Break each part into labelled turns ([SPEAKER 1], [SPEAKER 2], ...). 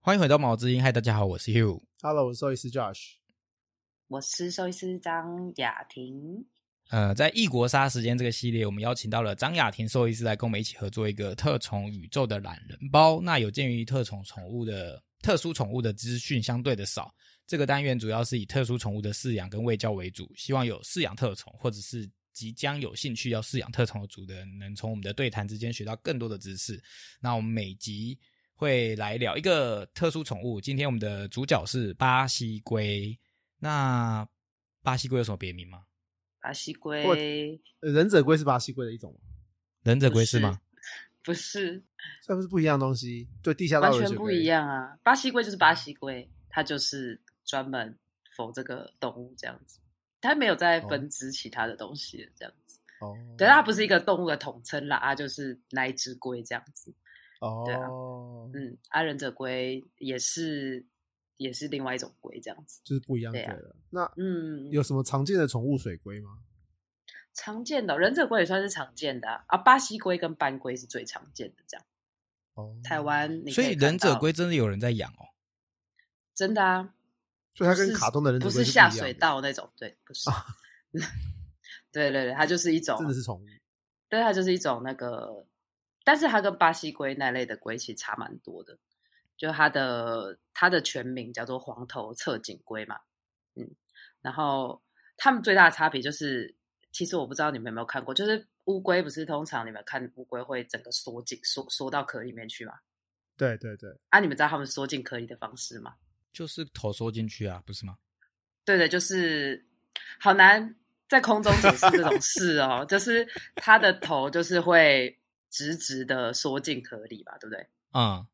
[SPEAKER 1] 欢迎回到毛之音，嗨，大家好，我是 Hugh。
[SPEAKER 2] Hello，我是兽医师 Josh。
[SPEAKER 3] 我是兽医师张雅婷。
[SPEAKER 1] 呃，在异国杀时间这个系列，我们邀请到了张雅婷兽医师来跟我们一起合作一个特宠宇宙的懒人包。那有鉴于特宠宠物的特殊宠物的资讯相对的少，这个单元主要是以特殊宠物的饲养跟喂教为主，希望有饲养特宠或者是即将有兴趣要饲养特宠的主人，能从我们的对谈之间学到更多的知识。那我们每集会来聊一个特殊宠物，今天我们的主角是巴西龟。那巴西龟有什么别名吗？
[SPEAKER 3] 巴西
[SPEAKER 2] 我
[SPEAKER 3] 龟
[SPEAKER 2] 呃忍者龟是巴西龟的一种吗，
[SPEAKER 1] 忍者龟是吗？
[SPEAKER 3] 不是
[SPEAKER 2] 虽然不是不一样的东西，对地下道
[SPEAKER 3] 完
[SPEAKER 2] 的
[SPEAKER 3] 全
[SPEAKER 2] 水
[SPEAKER 3] 不
[SPEAKER 2] 龟
[SPEAKER 3] 一。样啊！巴西龟就是巴西龟，它就是专门否这个动物这样子，它没有在分支其他的东西了这样子。
[SPEAKER 2] 哦，
[SPEAKER 3] 对，它不是一个动物的统称啦，它就是那一只龟这样子。对啊
[SPEAKER 2] 哦，
[SPEAKER 3] 嗯，阿忍者龟也是也是另外一种龟这样子。
[SPEAKER 2] 就是不一样
[SPEAKER 3] 对
[SPEAKER 2] 对
[SPEAKER 3] 啊
[SPEAKER 2] 了。那
[SPEAKER 3] 嗯，
[SPEAKER 2] 有什么常见的宠物水龟吗？
[SPEAKER 3] 常见的哦忍者龟也算是常见的啊，啊巴西龟跟斑龟是最常见的这样。
[SPEAKER 2] 哦，
[SPEAKER 3] 台，湾你
[SPEAKER 1] 所
[SPEAKER 3] 可
[SPEAKER 1] 以
[SPEAKER 3] 看
[SPEAKER 1] 忍者
[SPEAKER 3] 到
[SPEAKER 1] 龟真的有人在养哦。
[SPEAKER 3] 真的啊，
[SPEAKER 2] 所以它
[SPEAKER 3] 不
[SPEAKER 2] 跟
[SPEAKER 3] 是
[SPEAKER 2] 卡通的忍者
[SPEAKER 3] 不
[SPEAKER 2] 龟
[SPEAKER 3] 是
[SPEAKER 2] 不一
[SPEAKER 3] 下
[SPEAKER 2] 样
[SPEAKER 3] 水
[SPEAKER 2] 的，啊
[SPEAKER 3] 道那种，对，不是。对对对，它就是一 种，
[SPEAKER 2] 真的是宠物。
[SPEAKER 3] 对，它就是一种那个，但是它跟巴西龟那类的龟其实差蛮多的，就它的它的全名叫做黄头侧颈龟嘛，嗯，然后它们最大的差别就是，其实我不知道你们有没有看过，就是乌龟不是通常你们看乌龟会整个缩进缩缩到壳里面去嘛？
[SPEAKER 2] 对对对，
[SPEAKER 3] 啊，你们知道它们缩进壳里的方式吗？
[SPEAKER 1] 就是头缩进去啊，不是吗？
[SPEAKER 3] 对的，就是好难在空中解释这种事哦。 就是它的头就是会直直的缩进壳里吧，对不对？
[SPEAKER 1] 嗯，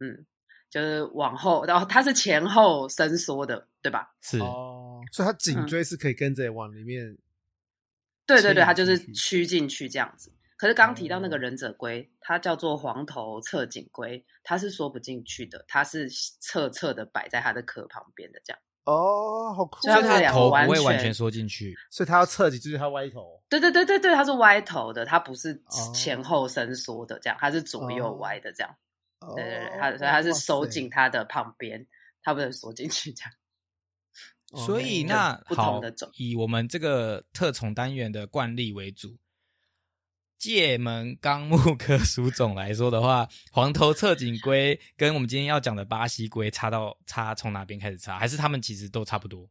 [SPEAKER 3] 嗯，就是往后，然后它是前后伸缩的，对吧？
[SPEAKER 1] 是
[SPEAKER 2] 哦，所以它
[SPEAKER 3] 嗯
[SPEAKER 2] 颈椎是可以跟着往里面。
[SPEAKER 3] 对对
[SPEAKER 2] 牵
[SPEAKER 3] 对，
[SPEAKER 2] 引
[SPEAKER 3] 它就是
[SPEAKER 2] 进去
[SPEAKER 3] 曲进去这样子。可是刚提到那个
[SPEAKER 2] 哦
[SPEAKER 3] 忍者龟，它叫做黄头侧颈龟，它是缩不进去的，它是侧侧的摆在它的壳旁边的这样。
[SPEAKER 2] 哦，好酷！
[SPEAKER 3] 所以
[SPEAKER 1] 所
[SPEAKER 3] 它
[SPEAKER 1] 以
[SPEAKER 3] 们
[SPEAKER 1] 它的
[SPEAKER 3] 两个
[SPEAKER 1] 头
[SPEAKER 3] 完
[SPEAKER 1] 不会完
[SPEAKER 3] 全哦
[SPEAKER 1] 全缩进去。
[SPEAKER 2] 所以它要侧颈，就是它歪头。
[SPEAKER 3] 对对对对对，它是歪头的，它不是
[SPEAKER 2] 哦
[SPEAKER 3] 前后伸缩的这样，它是左右
[SPEAKER 2] 哦
[SPEAKER 3] 歪的这样。对对对，
[SPEAKER 2] 哦
[SPEAKER 3] 它所以它是
[SPEAKER 2] 哇塞
[SPEAKER 3] 收紧它的旁边，它不能缩进去这样。
[SPEAKER 2] 哦
[SPEAKER 1] 所以
[SPEAKER 2] 对
[SPEAKER 1] 那
[SPEAKER 3] 不同
[SPEAKER 1] 好
[SPEAKER 3] 的种，
[SPEAKER 1] 以我们这个特宠单元的惯例为主，界门纲目科属种来说的话，黄头侧颈龟跟我们今天要讲的巴西龟差到差从哪边开始差？还是它们其实都差不多？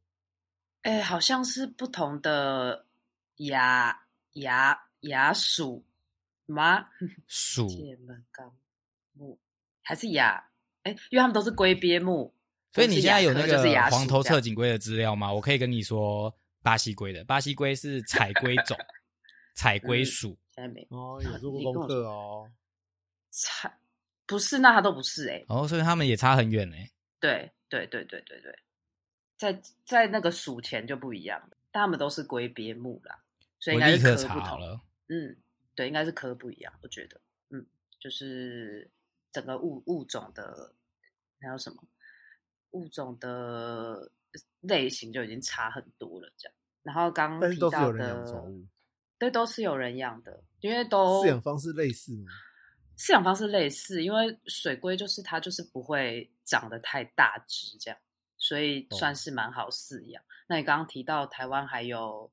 [SPEAKER 3] 哎，好像是不同的牙牙牙属吗？
[SPEAKER 1] 属，
[SPEAKER 3] 界门纲目还是牙？哎，因为他们都是龟鳖目，
[SPEAKER 1] 所以你
[SPEAKER 3] 不是
[SPEAKER 1] 现在
[SPEAKER 3] 牙
[SPEAKER 1] 有
[SPEAKER 3] 科
[SPEAKER 1] 那
[SPEAKER 3] 就是
[SPEAKER 1] 个
[SPEAKER 3] 牙
[SPEAKER 1] 黄
[SPEAKER 3] 属
[SPEAKER 1] 头
[SPEAKER 3] 这样
[SPEAKER 1] 侧颈龟的资料吗？我可以跟你说，巴西龟的巴西龟是彩龟种， 彩龟
[SPEAKER 3] 嗯
[SPEAKER 1] 属。
[SPEAKER 3] 现在没
[SPEAKER 2] 哦，有做过
[SPEAKER 3] 你跟
[SPEAKER 2] 功
[SPEAKER 3] 我说
[SPEAKER 2] 课哦。
[SPEAKER 3] 差，不是那它都不是哎、
[SPEAKER 1] 哦，所以它们也差很远呢。
[SPEAKER 3] 对对对对对对，在在那个数前就不一样了，但他们都是龟鳖目啦，所以
[SPEAKER 1] 我
[SPEAKER 3] 应该
[SPEAKER 1] 立
[SPEAKER 3] 是
[SPEAKER 1] 刻
[SPEAKER 3] 科不
[SPEAKER 1] 查好
[SPEAKER 3] 同。
[SPEAKER 1] 了。
[SPEAKER 3] 嗯，对，应该是科不一样，我觉得，嗯，就是整个物物种的还有什么物种的类型就已经差很多了，这样。然后刚
[SPEAKER 2] 但是
[SPEAKER 3] 提
[SPEAKER 2] 都是
[SPEAKER 3] 到
[SPEAKER 2] 有人养的
[SPEAKER 3] 的
[SPEAKER 2] 宠物，
[SPEAKER 3] 对，都是有人养嗯的，因为都
[SPEAKER 2] 饲养方式类似吗？
[SPEAKER 3] 饲养方式类似，因为水龟就是它就是不会长得太大只这样，所以算
[SPEAKER 2] 懂
[SPEAKER 3] 是蛮好饲养。那你刚刚提到台湾还有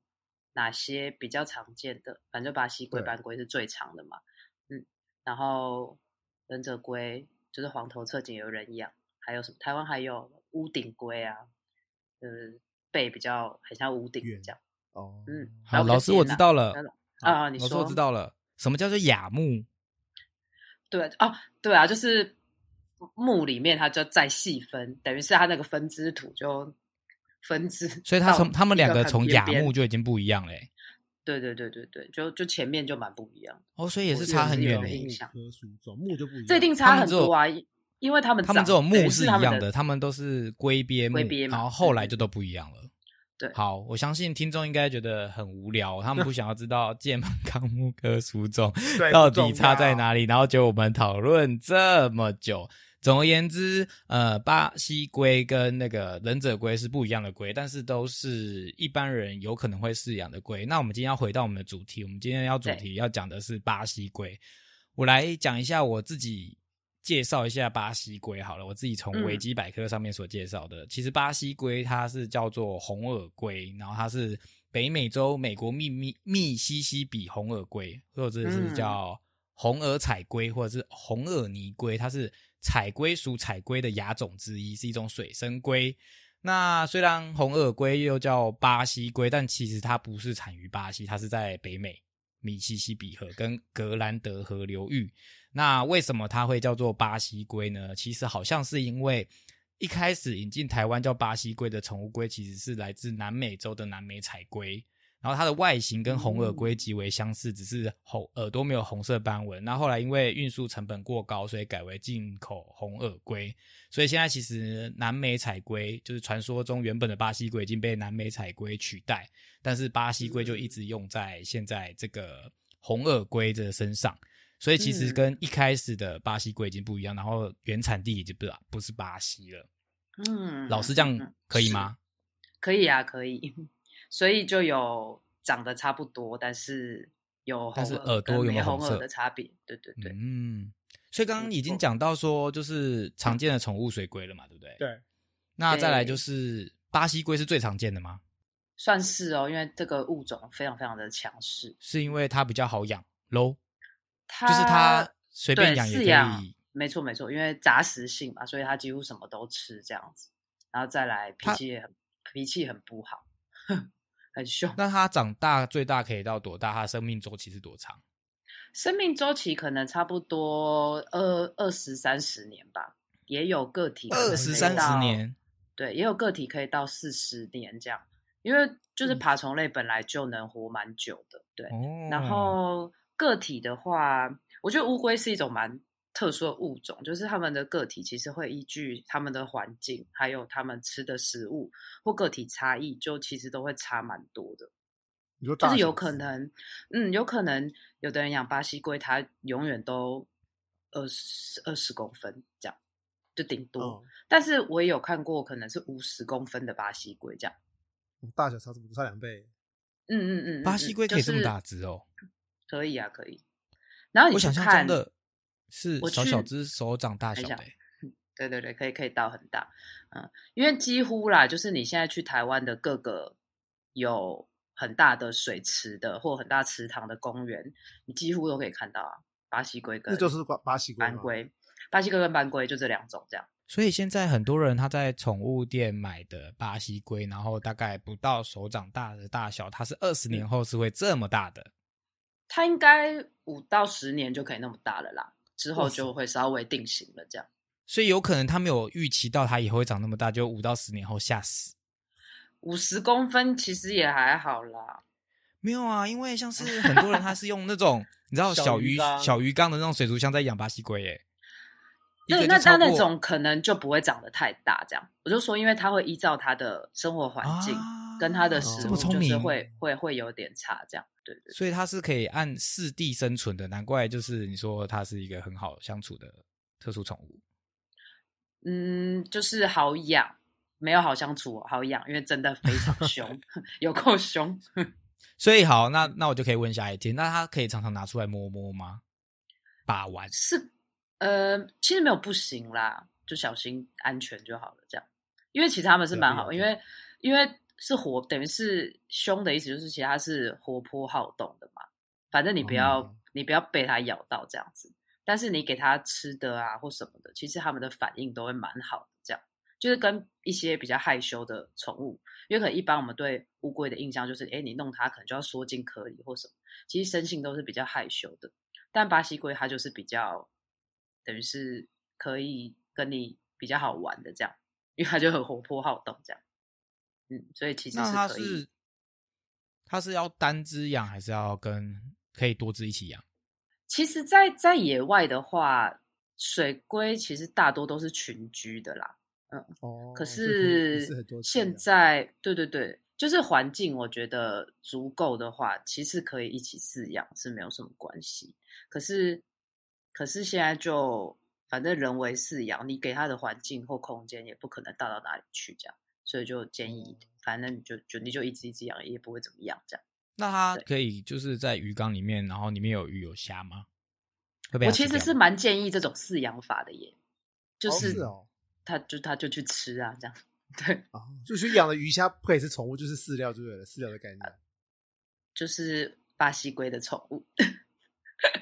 [SPEAKER 3] 哪些比较常见的？反正巴西龟、
[SPEAKER 2] 对
[SPEAKER 3] 斑龟是最常的嘛，嗯，然后忍者龟就是黄头侧颈有人养，还有什么？台湾还有屋顶龟啊，就是背比较很像屋顶
[SPEAKER 2] 圆
[SPEAKER 3] 这样，
[SPEAKER 2] 哦，
[SPEAKER 3] 嗯，
[SPEAKER 1] 好，老师我知道了。
[SPEAKER 3] 啊啊你
[SPEAKER 1] 老师
[SPEAKER 3] 说
[SPEAKER 1] 我知道了，什么叫做雅木？
[SPEAKER 3] 对哦，对啊，就是木里面它就再细分，等于是它那个分支图就分支哦到一很边 边，
[SPEAKER 1] 所以他从他们两个从雅木就已经不一样欸嘞。
[SPEAKER 3] 对对对对对，就就前面就蛮不一样，
[SPEAKER 1] 哦，所以也是
[SPEAKER 2] 我记得
[SPEAKER 1] 差很
[SPEAKER 2] 有
[SPEAKER 1] 远欸
[SPEAKER 3] 的
[SPEAKER 1] 嘞。
[SPEAKER 3] 印
[SPEAKER 2] 木
[SPEAKER 3] 象
[SPEAKER 2] 科属种木就不一样，
[SPEAKER 3] 这一定
[SPEAKER 1] 他
[SPEAKER 3] 差
[SPEAKER 1] 们
[SPEAKER 3] 很
[SPEAKER 1] 只有
[SPEAKER 3] 多啊，因因为他们
[SPEAKER 1] 他们
[SPEAKER 3] 长
[SPEAKER 1] 只有
[SPEAKER 3] 等
[SPEAKER 1] 木
[SPEAKER 3] 于
[SPEAKER 1] 是
[SPEAKER 3] 是
[SPEAKER 1] 一
[SPEAKER 3] 他们
[SPEAKER 1] 样
[SPEAKER 3] 的
[SPEAKER 1] 的，他们都是龟鳖木
[SPEAKER 3] 龟鳖，嘛
[SPEAKER 1] 然后后来
[SPEAKER 3] 嗯嗯
[SPEAKER 1] 就都不一样了。
[SPEAKER 3] 对
[SPEAKER 1] 好，我相信听众应该觉得很无聊，他们不想要知道剑芒纲目科属种
[SPEAKER 2] 对
[SPEAKER 1] 到
[SPEAKER 2] 不重
[SPEAKER 1] 底差在
[SPEAKER 2] 要
[SPEAKER 1] 哪里？然后就我们讨论这么久。总而言之，呃，巴西龟跟那个忍者龟是不一样的龟，但是都是一般人有可能会饲养的龟。那我们今天要回到我们的主题，我们今天要主
[SPEAKER 3] 对
[SPEAKER 1] 题要讲的是巴西龟。我来讲一下我自己介绍一下巴西龟好了，我自己从
[SPEAKER 2] 嗯
[SPEAKER 1] 维基百科上面所介绍的，其实巴西龟它是叫做红耳龟，然后它是北美洲美国密密密西西比红耳龟，或者是
[SPEAKER 3] 嗯
[SPEAKER 1] 叫红耳彩龟，或者是红耳泥龟，它是彩龟属彩龟的亚种之一，是一种水生龟。那虽然红耳龟又叫巴西龟，但其实它不是产于巴西，它是在北美密西西比河跟格兰德河流域。那为什么它会叫做巴西龟呢？其实好像是因为一开始引进台湾叫巴西龟的宠物龟，其实是来自南美洲的南美彩龟。然后它的外形跟红耳龟极为相似，只是红耳朵没有红色斑纹。那后来因为运输成本过高，所以改为进口红耳龟。所以现在其实南美彩龟就是传说中原本的巴西龟已经被南美彩龟取代，但是巴西龟就一直用在现在这个红耳龟的身上。所以其实
[SPEAKER 3] 嗯
[SPEAKER 1] 跟一开始的巴西龟已经不一样，然后原产地已经不是不是巴西了。
[SPEAKER 3] 嗯，
[SPEAKER 1] 老师这
[SPEAKER 3] 嗯
[SPEAKER 1] 样可以吗？
[SPEAKER 3] 可以啊，可以。 所以就有长得差不多，但是有
[SPEAKER 1] 但
[SPEAKER 3] 红
[SPEAKER 1] 是
[SPEAKER 3] 耳
[SPEAKER 1] 耳朵
[SPEAKER 3] 跟
[SPEAKER 1] 有没
[SPEAKER 3] 没
[SPEAKER 1] 有
[SPEAKER 3] 红
[SPEAKER 1] 红
[SPEAKER 3] 耳
[SPEAKER 1] 色
[SPEAKER 3] 的差别。对对对，
[SPEAKER 1] 嗯，所以刚刚已经
[SPEAKER 3] 没错
[SPEAKER 1] 讲到说，就是常见的宠物水龟了嘛，对不对？。
[SPEAKER 2] 对，
[SPEAKER 1] 那再来就
[SPEAKER 3] 对
[SPEAKER 1] 是巴西龟是最常见的吗？
[SPEAKER 3] 算是哦，因为这个物种非常非常的强势，
[SPEAKER 1] 是因为它比较好养喽，
[SPEAKER 3] 它
[SPEAKER 1] 就是它随便
[SPEAKER 3] 对
[SPEAKER 1] 养也
[SPEAKER 3] 饲
[SPEAKER 1] 可
[SPEAKER 3] 养
[SPEAKER 1] 以。
[SPEAKER 3] 没错没错，因为杂食性嘛，所以它几乎什么都吃这样子，然后再来脾
[SPEAKER 1] 它
[SPEAKER 3] 气也很脾气很不好， 很凶。
[SPEAKER 1] 那它长大最大可以到多大？它的生命周期是多长？
[SPEAKER 3] 生命周期可能差不多二二十三十年吧，也有个体可能
[SPEAKER 1] 二
[SPEAKER 3] 可
[SPEAKER 1] 十
[SPEAKER 3] 以
[SPEAKER 1] 三十
[SPEAKER 3] 到
[SPEAKER 1] 年，
[SPEAKER 3] 对，也有个体可以到四十年这样，因为就是
[SPEAKER 2] 嗯
[SPEAKER 3] 爬虫类本来就能活蛮久的，对。
[SPEAKER 1] 哦，
[SPEAKER 3] 然后个体的话，我觉得乌龟是一种蛮特殊的物种，就是它们的个体其实会依据它们的环境，还有它们吃的食物或个体差异，就其实都会差蛮多的。
[SPEAKER 2] 你说
[SPEAKER 3] 就
[SPEAKER 2] 大
[SPEAKER 3] 是有
[SPEAKER 2] 小
[SPEAKER 3] 可
[SPEAKER 2] 只
[SPEAKER 3] 能，嗯，有可能有的人养巴西龟，它永远都二十二十公分这样，就顶多。
[SPEAKER 2] 哦，
[SPEAKER 3] 但是我也有看过，可能是五十公分的巴西龟这样。
[SPEAKER 2] 大小差这么多，差两倍，
[SPEAKER 3] 嗯嗯嗯嗯，
[SPEAKER 1] 巴西龟
[SPEAKER 3] 嗯
[SPEAKER 1] 可以这么？
[SPEAKER 3] 就
[SPEAKER 1] 大
[SPEAKER 3] 是
[SPEAKER 1] 只哦，
[SPEAKER 3] 可以啊，可以。然后你
[SPEAKER 1] 我
[SPEAKER 3] 去
[SPEAKER 1] 想象
[SPEAKER 3] 看
[SPEAKER 1] 中的是
[SPEAKER 3] 我
[SPEAKER 1] 小小
[SPEAKER 3] 去
[SPEAKER 1] 只手掌大
[SPEAKER 3] 等
[SPEAKER 1] 小的
[SPEAKER 3] 一下
[SPEAKER 1] 欸。
[SPEAKER 3] 对对对，可以可以到很大，嗯，因为几乎啦，就是你现在去台湾的各个有很大的水池的或很大池塘的公园，你几乎都可以看到啊，巴西龟
[SPEAKER 2] 那
[SPEAKER 3] 跟
[SPEAKER 2] 就是巴巴西龟
[SPEAKER 3] 斑
[SPEAKER 2] 嘛。
[SPEAKER 3] 龟，巴西龟跟斑龟就这两种这样。
[SPEAKER 1] 所以现在很多人他在宠物店买的巴西龟，然后大概不到手掌大的大小，它是二
[SPEAKER 3] 嗯
[SPEAKER 1] 十年后是会这么大的。
[SPEAKER 3] 它应该五到十年就可以那么大了啦，之
[SPEAKER 1] 哇
[SPEAKER 3] 后
[SPEAKER 1] 塞
[SPEAKER 3] 就会稍微定型了这样。
[SPEAKER 1] 所以有可能他没有预期到它也会长那么大，就五到十年后吓死。
[SPEAKER 3] 五十公分其实也还好啦，
[SPEAKER 1] 没有啊，因为像是很多人他是用那 种你知道
[SPEAKER 2] 小
[SPEAKER 1] 小
[SPEAKER 2] 鱼
[SPEAKER 1] 鱼
[SPEAKER 2] 缸
[SPEAKER 1] 小鱼缸的那种水族箱在养巴西龟耶。一
[SPEAKER 3] 那
[SPEAKER 1] 个
[SPEAKER 3] 那
[SPEAKER 1] 就超
[SPEAKER 3] 那那
[SPEAKER 1] 过
[SPEAKER 3] 种可能就不会长得太大这样。我就说，因为它会依照它的生活环境、
[SPEAKER 1] 啊
[SPEAKER 3] 跟它的
[SPEAKER 2] 哦
[SPEAKER 3] 食
[SPEAKER 1] 这
[SPEAKER 3] 物，
[SPEAKER 1] 么聪
[SPEAKER 3] 就是
[SPEAKER 1] 明，
[SPEAKER 3] 会会会有点差这样。对对，
[SPEAKER 1] 所以它是可以按四地生存的，难怪就是你说它是一个很好相处的特殊宠物。
[SPEAKER 3] 嗯，就是好养，没有好相处哦，好养，因为真的非常 凶，有够凶。
[SPEAKER 1] 所以好，那
[SPEAKER 3] 嗯
[SPEAKER 1] 那我就可以问下一题，那它可以常常拿出来摸摸吗？把玩
[SPEAKER 3] 是，呃，其实没有不行啦，就小心安全就好了，这样。因为其实他们是
[SPEAKER 2] 对
[SPEAKER 3] 蛮
[SPEAKER 2] 对
[SPEAKER 3] 好，因
[SPEAKER 2] 对
[SPEAKER 3] 为因为是活，等于是凶的意思，就是其实它是活泼好动的嘛。反正你不要、
[SPEAKER 2] 哦
[SPEAKER 3] 你不要被它咬到这样子，但是你给它吃的啊或什么的，其实他们的反应都会蛮好的，这样。就是跟一些比较害羞的宠物，因为可能一般我们对乌龟的印象就是，哎，你弄它可能就要缩进壳里或什么，其实生性都是比较害羞的。但巴西龟它就是比较，等于是可以跟你比较好玩的这样，因为它就很活泼好动这样。嗯，所以其实
[SPEAKER 1] 那它
[SPEAKER 3] 可以
[SPEAKER 1] 是它是要单只养，还是要跟可以多只一起养？
[SPEAKER 3] 其实在，在野外的话，水龟其实大多都是群居的啦。
[SPEAKER 2] 哦，
[SPEAKER 3] 可
[SPEAKER 2] 所以也
[SPEAKER 3] 是
[SPEAKER 2] 是很多只
[SPEAKER 3] 现
[SPEAKER 2] 的
[SPEAKER 3] 在，对对对，就是环境，我觉得足够的话，其实可以一起饲养是没有什么关系。可是，可是现在就反正人为饲养，你给它的环境或空间也不可能大到哪里去，这样，所以就建议，
[SPEAKER 2] 哦
[SPEAKER 3] 反正你就就你就一只一只养，也不会怎么样，这样。
[SPEAKER 1] 那它
[SPEAKER 3] 对
[SPEAKER 1] 可以就是在鱼缸里面，然后里面有鱼有虾吗？会被
[SPEAKER 3] 我
[SPEAKER 1] 它
[SPEAKER 3] 其
[SPEAKER 1] 吃
[SPEAKER 3] 实
[SPEAKER 1] 掉
[SPEAKER 3] 是蛮建议这种饲养法的耶，就
[SPEAKER 2] 哦
[SPEAKER 3] 是,、
[SPEAKER 2] 是哦，
[SPEAKER 3] 他就他就去吃啊，这样对，
[SPEAKER 2] 啊，就是养的鱼虾不可以是宠物，就是饲料就对了，饲料的概念。
[SPEAKER 3] 就是巴西龟的宠物。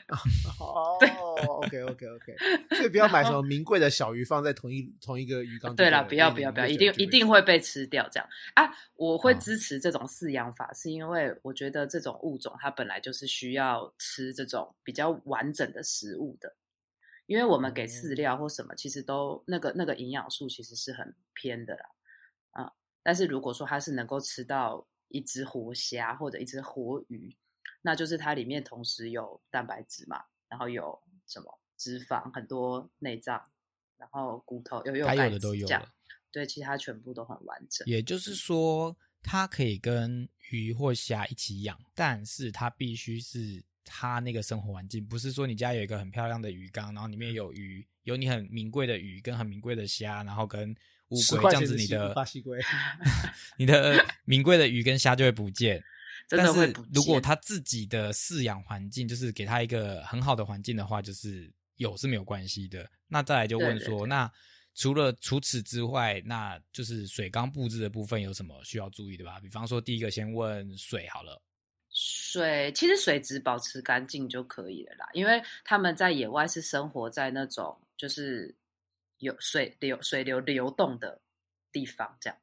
[SPEAKER 3] 呃
[SPEAKER 2] 哦，OK OK OK，所以不要买什么名贵的小鱼放在同一同一个鱼缸就
[SPEAKER 3] 呃对
[SPEAKER 2] 了，
[SPEAKER 3] 啦，不要
[SPEAKER 2] 因为
[SPEAKER 3] 不
[SPEAKER 2] 你
[SPEAKER 3] 要不要，
[SPEAKER 2] 会
[SPEAKER 3] 一
[SPEAKER 2] 觉得
[SPEAKER 3] 定
[SPEAKER 2] 就
[SPEAKER 3] 一定会被吃掉这样啊！我会
[SPEAKER 1] 哦
[SPEAKER 3] 支持这种饲养法，是因为我觉得这种物种它本来就是需要吃这种比较完整的食物的，因为我们给
[SPEAKER 2] 哦
[SPEAKER 3] 饲料或什么，其实都那个那个营养素其实是很偏的啦啊！但是如果说它是能够吃到一只活虾或者一只活鱼，那就是它里面同时有蛋白质嘛，然后有什么脂肪，很多内脏。然后骨头又有
[SPEAKER 1] 该
[SPEAKER 3] 钙
[SPEAKER 1] 有的都
[SPEAKER 3] 质
[SPEAKER 1] 有
[SPEAKER 3] 这样
[SPEAKER 1] 了。
[SPEAKER 3] 对，其实它全部都很完整。
[SPEAKER 1] 也
[SPEAKER 2] 嗯
[SPEAKER 1] 就是说，它可以跟鱼或虾一起养，但是它必须是它那个生活环境，不是说你家有一个很漂亮的鱼缸，然后里
[SPEAKER 2] 嗯
[SPEAKER 1] 面有鱼，有你很名贵的鱼跟很名贵的虾，然后跟乌
[SPEAKER 2] 10
[SPEAKER 1] 龟
[SPEAKER 2] 块
[SPEAKER 1] 这样
[SPEAKER 2] 钱
[SPEAKER 1] 子，
[SPEAKER 2] 的
[SPEAKER 1] 你
[SPEAKER 2] 西
[SPEAKER 1] 的
[SPEAKER 2] 巴西龟
[SPEAKER 1] 你的名贵的鱼跟虾就会不见。
[SPEAKER 3] 真
[SPEAKER 1] 但
[SPEAKER 3] 的会
[SPEAKER 1] 是
[SPEAKER 3] 不
[SPEAKER 1] 如果
[SPEAKER 3] 见
[SPEAKER 1] 它自己的饲养环境就是给它一个很好的环境的话，就是有是没有关系的。那再来就问
[SPEAKER 3] 对
[SPEAKER 1] 说，
[SPEAKER 3] 对对
[SPEAKER 1] 那除了除此之外，那就是水缸布置的部分有什么需要注意的吧？比方说，第一个先问水好了，
[SPEAKER 3] 水其实水质保持干净就可以了啦，因为他们在野外是生活在那种就是有水流水流流动的地方，这样，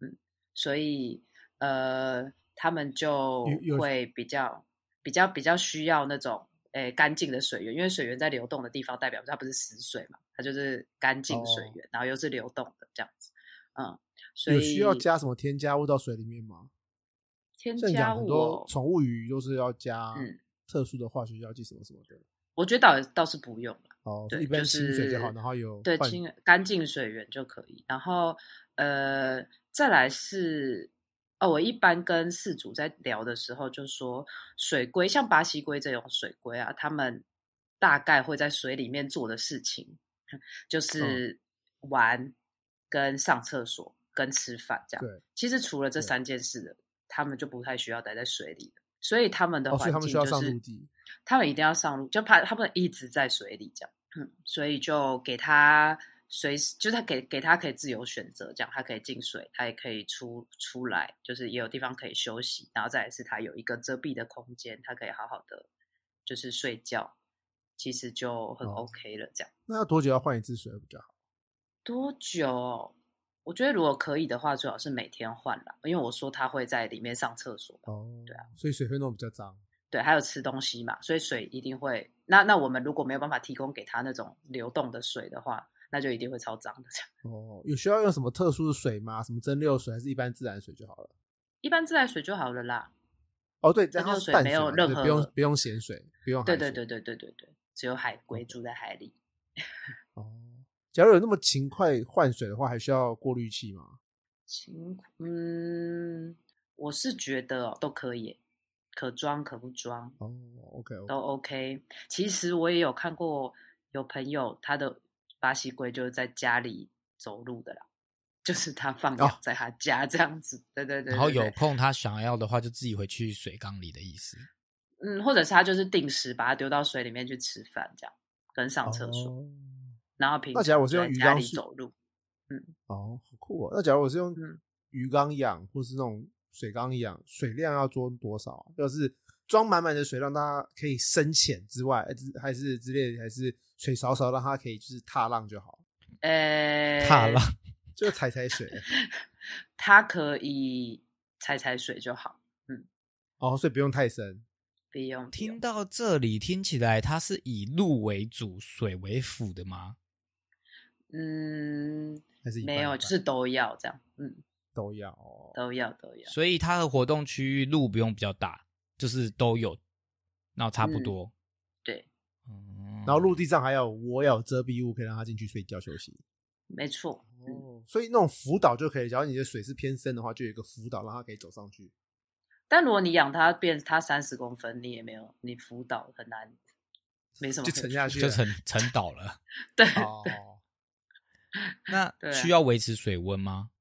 [SPEAKER 3] 嗯，所以呃，他们就
[SPEAKER 2] 有有
[SPEAKER 3] 会比较比较比较需要那种诶干净的水源，因为水源在流动的地方，代表它不是死水嘛，它就是干净水
[SPEAKER 2] 哦
[SPEAKER 3] 源，然后又是流动的这样子，嗯，所以
[SPEAKER 2] 有需要加什么添加物到水里面吗？
[SPEAKER 3] 添
[SPEAKER 2] 像你
[SPEAKER 3] 加
[SPEAKER 2] 讲很
[SPEAKER 3] 物、
[SPEAKER 2] 多
[SPEAKER 3] 哦。
[SPEAKER 2] 宠物鱼都是要加
[SPEAKER 3] 嗯
[SPEAKER 2] 特殊的化学药剂什么什么的，
[SPEAKER 3] 我觉得倒倒是不用了，
[SPEAKER 2] 哦，
[SPEAKER 3] 对
[SPEAKER 2] 一般
[SPEAKER 3] 就
[SPEAKER 2] 清水就是好，然后有
[SPEAKER 3] 对，
[SPEAKER 2] 换
[SPEAKER 3] 清干净水源就可以。然后呃，再来是哦，我一般跟饲主在聊的时候就说，水龟像巴西龟这种水龟啊，它们大概会在水里面做的事情
[SPEAKER 2] 嗯
[SPEAKER 3] 就是玩、跟上厕所、跟吃饭这样。
[SPEAKER 2] 对，
[SPEAKER 3] 其实除了这
[SPEAKER 2] 对
[SPEAKER 3] 三件事的，他们就不太需要待在水里了。所以他们的
[SPEAKER 2] 哦，所
[SPEAKER 3] 环
[SPEAKER 2] 以他们
[SPEAKER 3] 境就是、
[SPEAKER 2] 需要上陆地，
[SPEAKER 3] 他们一定要上路，就怕他们一直在水里这样，嗯，所以就给他随时，就是他给给他可以自由选择，这样他可以进水，他也可以出出来，就是也有地方可以休息，然后再来是他有一个遮蔽的空间，他可以好好的就是睡觉，其实就很
[SPEAKER 2] 哦
[SPEAKER 3] OK 了。这样、
[SPEAKER 2] 那要多久要换一次水比较好？
[SPEAKER 3] 多久哦？我觉得如果可以的话，最好是每天换啦，因为我说他会在里面上厕所嘛。
[SPEAKER 2] 哦，
[SPEAKER 3] 对啊，
[SPEAKER 2] 所以水会弄得比较脏，
[SPEAKER 3] 对，还有吃东西嘛，所以水一定会。那那我们如果没有办法提供给他那种流动的水的话，那就一定会超脏的。这样，
[SPEAKER 2] 哦，有需要用什么特殊的水吗？什么蒸馏水还是一般自来水就好了？
[SPEAKER 3] 一般自来水就好了啦。
[SPEAKER 2] 哦，对，
[SPEAKER 3] 蒸
[SPEAKER 2] 但它
[SPEAKER 3] 馏
[SPEAKER 2] 是
[SPEAKER 3] 水
[SPEAKER 2] 淡
[SPEAKER 3] 没有
[SPEAKER 2] 嘛
[SPEAKER 3] 任
[SPEAKER 2] 对
[SPEAKER 3] 何
[SPEAKER 2] 不用不用咸水，不用
[SPEAKER 3] 对
[SPEAKER 2] 海
[SPEAKER 3] 对
[SPEAKER 2] 水
[SPEAKER 3] 对对对对对，只有海龟住在海里。
[SPEAKER 2] 哦，假如有那么勤快换水的话，还需要过滤器吗？
[SPEAKER 3] 辛苦，嗯，我是觉得哦都可以，可装可不装
[SPEAKER 2] 哦，OK，
[SPEAKER 3] 都 OK。其实我也有看过有朋友他的巴西龟就是在家里走路的啦，就是他放
[SPEAKER 2] 哦
[SPEAKER 3] 养在他家这样子。对对对，
[SPEAKER 1] 然后
[SPEAKER 3] 对对
[SPEAKER 1] 有空它想要的话，就自己回去水缸里的意思。
[SPEAKER 3] 嗯，或者是他就是定时把它丢到水里面去吃饭，这样跟上厕所，
[SPEAKER 2] 哦
[SPEAKER 3] 然后平
[SPEAKER 2] 那
[SPEAKER 3] 时
[SPEAKER 2] 假如我是用鱼
[SPEAKER 3] 家
[SPEAKER 2] 缸
[SPEAKER 3] 里
[SPEAKER 2] 去
[SPEAKER 3] 走 路，
[SPEAKER 2] 哦，好酷哦！那假如我是用
[SPEAKER 3] 嗯
[SPEAKER 2] 鱼缸养，或是那种水缸养，水量要多多少、啊？就是装满满的水，让它可以深潜之外，呃之还是之类的，还是水少少，让它可以就是踏浪就好，
[SPEAKER 3] 呃，
[SPEAKER 1] 踏浪，
[SPEAKER 2] 就踩踩 水。
[SPEAKER 3] 它可以踩踩水就好，
[SPEAKER 2] 哦，所以不用太深。
[SPEAKER 3] 不用不
[SPEAKER 1] 听
[SPEAKER 3] 用
[SPEAKER 1] 到这里，听起来它是以陆为主，水为辅的吗？
[SPEAKER 3] 嗯，
[SPEAKER 2] 还是一
[SPEAKER 3] 没
[SPEAKER 2] 半
[SPEAKER 3] 有，
[SPEAKER 2] 一
[SPEAKER 3] 就
[SPEAKER 2] 半
[SPEAKER 3] 是都要这样，嗯，
[SPEAKER 2] 都要哦。
[SPEAKER 3] 都要都要，
[SPEAKER 1] 所以它的活动区域路不用比较大，就是都有，那差不
[SPEAKER 3] 嗯
[SPEAKER 1] 多。
[SPEAKER 3] 对，
[SPEAKER 1] 嗯
[SPEAKER 2] 然后陆地上还有我有遮蔽物，可以让它进去睡觉休息。
[SPEAKER 3] 没错，嗯，
[SPEAKER 2] 哦，所以那种浮岛就可以，假如你的水是偏深的话，就有一个浮岛让它可以走上去。
[SPEAKER 3] 但如果你养它变它三十公分，你也没有，你辅导很难，没什么
[SPEAKER 2] 就
[SPEAKER 3] 可以
[SPEAKER 2] 沉下
[SPEAKER 3] 辅
[SPEAKER 2] 去
[SPEAKER 1] 就
[SPEAKER 2] 了
[SPEAKER 1] 沉沉倒 了。
[SPEAKER 3] 对，
[SPEAKER 2] 哦，
[SPEAKER 1] 那
[SPEAKER 3] 对啊
[SPEAKER 1] 需要维持水温吗？
[SPEAKER 3] 啊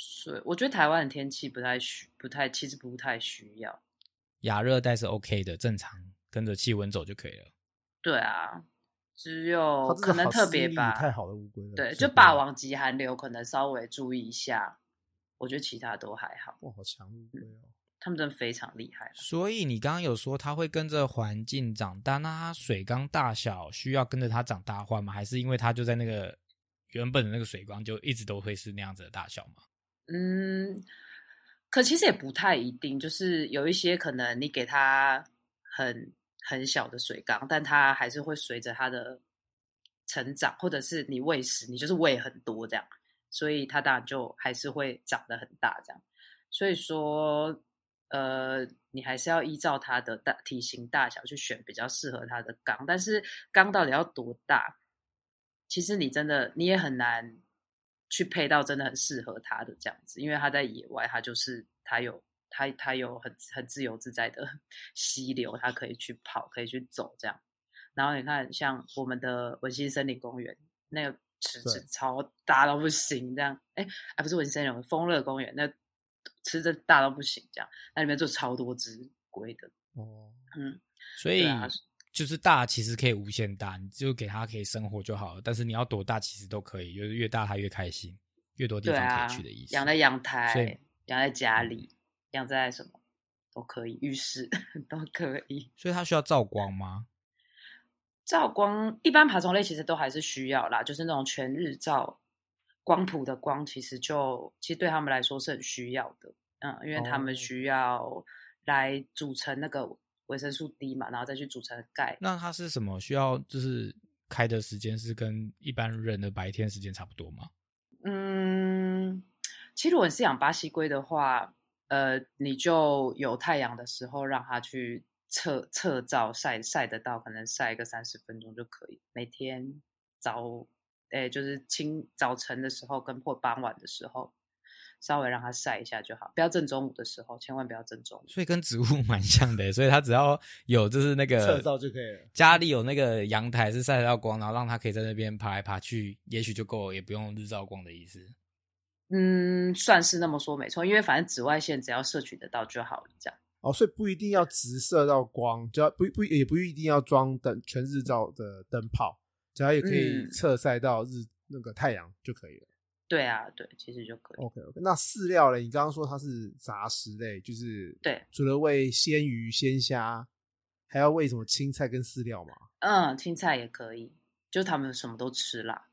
[SPEAKER 3] 水，我觉得台湾的天气不太需，不太，其实不太需要。
[SPEAKER 1] 亚热带是 OK 的，正常跟着气温走就可以了。
[SPEAKER 3] 对啊，只有
[SPEAKER 2] 它真的
[SPEAKER 3] 可能
[SPEAKER 2] 好
[SPEAKER 3] 特
[SPEAKER 2] 适
[SPEAKER 3] 别
[SPEAKER 2] 应力
[SPEAKER 3] 吧，
[SPEAKER 2] 太好的乌龟了，
[SPEAKER 3] 对，
[SPEAKER 2] 受
[SPEAKER 3] 就
[SPEAKER 2] 不
[SPEAKER 3] 霸
[SPEAKER 2] 了，
[SPEAKER 3] 王级寒流可能稍微注意一下，我觉得其他都还好，
[SPEAKER 2] 哇，好强
[SPEAKER 3] 嗯
[SPEAKER 2] 乌龟哦，
[SPEAKER 3] 他们真的非常厉害。
[SPEAKER 1] 所以你刚刚有说它会跟着环境长大，那它水缸大小需要跟着它长大换吗？还是因为它就在那个原本的那个水缸就一直都会是那样子的大小吗？
[SPEAKER 3] 嗯，可其实也不太一定，就是有一些可能你给它很很小的水缸，但它还是会随着它的成长，或者是你喂食，你就是喂很多这样，所以它当然就还是会长得很大这样。所以说，呃，你还是要依照它的大体型大小去选比较适合它的缸，但是缸到底要多大？其实你真的你也很难去配到真的很适合它的这样子，因为它在野外，它就是它有它它有很很自由自在的 溪流，它可以去跑，可以去走这样。然后你看，像我们的文心森林公园那个池
[SPEAKER 2] 对
[SPEAKER 3] 子超大到不行，这样哎哎不是文心森林，丰乐公园那池子大到不行，这样那里面就超多只龟的，
[SPEAKER 2] 哦，
[SPEAKER 3] 嗯，
[SPEAKER 1] 所以
[SPEAKER 3] 对啊
[SPEAKER 1] 就是大其实可以无限大，你就给它可以生活就好了。但是你要多大其实都可以，就是越大它越开心，越多地
[SPEAKER 3] 对
[SPEAKER 1] 方
[SPEAKER 3] 啊
[SPEAKER 1] 可以去的意，思。
[SPEAKER 3] 养在阳
[SPEAKER 1] 所以嗯
[SPEAKER 3] 台，养在家里，养在什么都可以，浴室 都可以。
[SPEAKER 1] 所以它需要照光吗？
[SPEAKER 3] 照光一般爬虫类其实都还是需要啦，就是那种全日照光谱的光，其实就其实对他们来说是很需要的，嗯，因为他
[SPEAKER 2] 哦
[SPEAKER 3] 们需要来组成那个维生素 D 嘛，然后再去组成钙。
[SPEAKER 1] 那它是什么？需要就是开的时间是跟一般人的白天时间差不多吗？
[SPEAKER 3] 嗯，其实如果你是养巴西龟的话，呃，你就有太阳的时候让它去侧侧照晒晒得到，可能晒个三十分钟就可以。每天早，哎，就是清早晨的时候跟或傍晚的时候，稍微让它晒一下就好，不要正中午的时候，千万不要正中午。
[SPEAKER 1] 所以跟植物 蛮像的，欸所以它只要有就是那个
[SPEAKER 2] 侧照就可以了
[SPEAKER 1] 家里有那个阳台是晒得到光，然后让它可以在那边爬来爬去，也许就够了，也不用日照光的意思。
[SPEAKER 3] 嗯，算是那么说没错，因为反正紫外线只要摄取得到就好了，这样。
[SPEAKER 2] 哦，所以不一定要直射到光，只要不不也不一定要装灯全日照的灯泡，只要也可以
[SPEAKER 3] 嗯
[SPEAKER 2] 侧晒到日、那个太阳就可以了。
[SPEAKER 3] 对啊，对，其实就可以。
[SPEAKER 2] OK OK，那饲料嘞？你刚刚说它是杂食类，就是
[SPEAKER 3] 对，
[SPEAKER 2] 除了喂鲜鱼、鲜虾，还要喂什么青菜跟饲料嘛？
[SPEAKER 3] 嗯，青菜也可以，就他们什么都吃啦。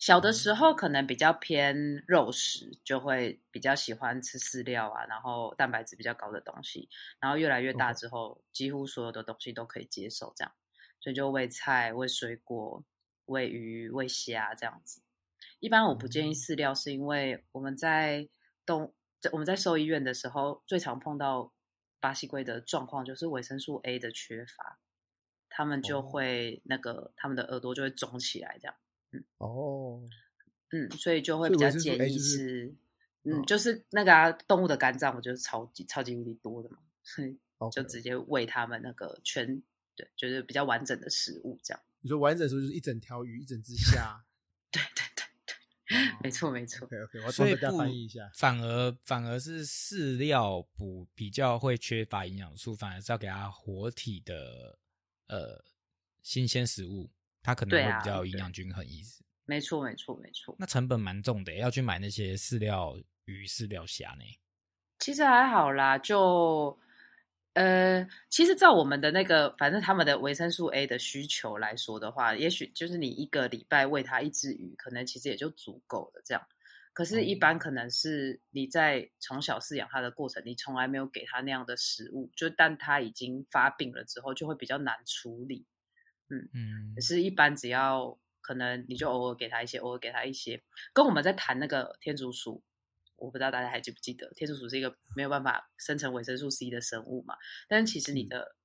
[SPEAKER 3] 小的时候可能比较偏肉食，就会比较喜欢吃饲料啊，然后蛋白质比较高的东西。然后越来越大
[SPEAKER 2] OK
[SPEAKER 3] 之后，几乎所有的东西都可以接受，这样，所以就喂菜、喂水果、喂鱼、喂虾这样子。一般我不建议饲料，是因为我们在动在我们在兽医院的时候，最常碰到巴西龟的状况就是维生素 A 的缺乏，它们就
[SPEAKER 2] 哦
[SPEAKER 3] 会那个它们的耳朵就会肿起来，这样，
[SPEAKER 2] 哦，
[SPEAKER 3] 嗯，所以就会
[SPEAKER 2] 所以
[SPEAKER 3] 比较
[SPEAKER 2] 维生素 A
[SPEAKER 3] 建议
[SPEAKER 2] 就是
[SPEAKER 3] 是，
[SPEAKER 2] 嗯
[SPEAKER 3] 嗯，就是那个啊，动物的肝脏，我觉得超级超级无敌多的嘛，所以
[SPEAKER 2] o
[SPEAKER 3] 就直接喂它们那个全对，就是比较完整的食物这样，
[SPEAKER 2] 你说完整的时候就是一整条鱼、一整只虾，
[SPEAKER 3] 对对对
[SPEAKER 2] 哦
[SPEAKER 3] 对，没错没错，
[SPEAKER 2] OK OK，我要
[SPEAKER 1] 所
[SPEAKER 2] 帮
[SPEAKER 1] 以
[SPEAKER 2] 大家
[SPEAKER 1] 不
[SPEAKER 2] 翻译一下。
[SPEAKER 1] 反而反而是饲料补比较会缺乏营养素，反而是要给它活体的呃新鲜食物，它可能
[SPEAKER 3] 对
[SPEAKER 1] 会
[SPEAKER 3] 啊
[SPEAKER 1] 比较营
[SPEAKER 3] 对
[SPEAKER 1] 养均衡意思。
[SPEAKER 3] 没错没错没错。
[SPEAKER 1] 那成本蛮重的，欸要去买那些饲料鱼、饲料虾呢。
[SPEAKER 3] 其实还好啦，就呃，其实照我们的那个，反正他们的维生素 A 的需求来说的话，也许就是你一个礼拜喂它一只鱼，可能其实也就足够了这样。可是，一般可能是你在从小饲养它的过程，你从来没有给它那样的食物，就但它已经发病了之后，就会比较难处理。
[SPEAKER 1] 嗯
[SPEAKER 3] 可，是，一般只要可能你就偶尔给他一些，偶尔给他一些。跟我们在谈那个天竺鼠，我不知道大家还记不记得，天竺鼠是一个没有办法生成维生素 C 的生物嘛？但是其实你
[SPEAKER 1] 嗯
[SPEAKER 3] 的、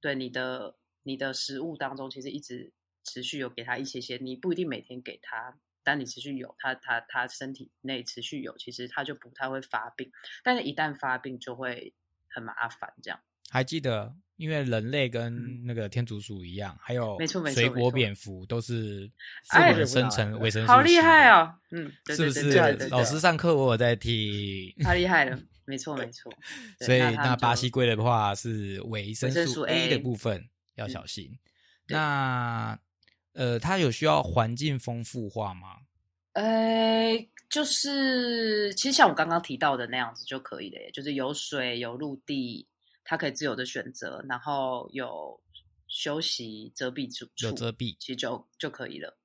[SPEAKER 3] 对你的你的食物当中，其实一直持续有给它一些些，你不一定每天给它。但你持续有它，它它身体内持续有，其实它就不太会发病，但是一旦发病就会很麻烦，这样。
[SPEAKER 1] 还记得，因为人类跟
[SPEAKER 3] 嗯
[SPEAKER 1] 那个天竺鼠一样，还有
[SPEAKER 3] 没错没错
[SPEAKER 1] 水
[SPEAKER 3] 没
[SPEAKER 1] 果
[SPEAKER 3] 错
[SPEAKER 1] 蝙蝠都是自
[SPEAKER 3] 哎
[SPEAKER 1] 我生成维生素，
[SPEAKER 3] 好厉害！哦！嗯，对
[SPEAKER 1] 是
[SPEAKER 3] 对
[SPEAKER 1] 不
[SPEAKER 3] 对
[SPEAKER 1] 是
[SPEAKER 3] 对对对？
[SPEAKER 1] 老师上课我有在听，
[SPEAKER 3] 太厉害了，没错没错。对
[SPEAKER 1] 所以
[SPEAKER 3] 那他
[SPEAKER 1] 那
[SPEAKER 3] 们
[SPEAKER 1] 巴
[SPEAKER 3] 就
[SPEAKER 1] 西龟的话是维生
[SPEAKER 3] 维生
[SPEAKER 1] 素
[SPEAKER 3] 素
[SPEAKER 1] A 的
[SPEAKER 3] A 嗯
[SPEAKER 1] 部分要小心。那呃，它有需要环境丰富化吗？
[SPEAKER 3] 呃，就是其实像我刚刚提到的那样子就可以了耶，就是有水有陆地，它可以自由的选择，然后有休息遮蔽处，
[SPEAKER 1] 有遮蔽，
[SPEAKER 3] 其实就就可以了。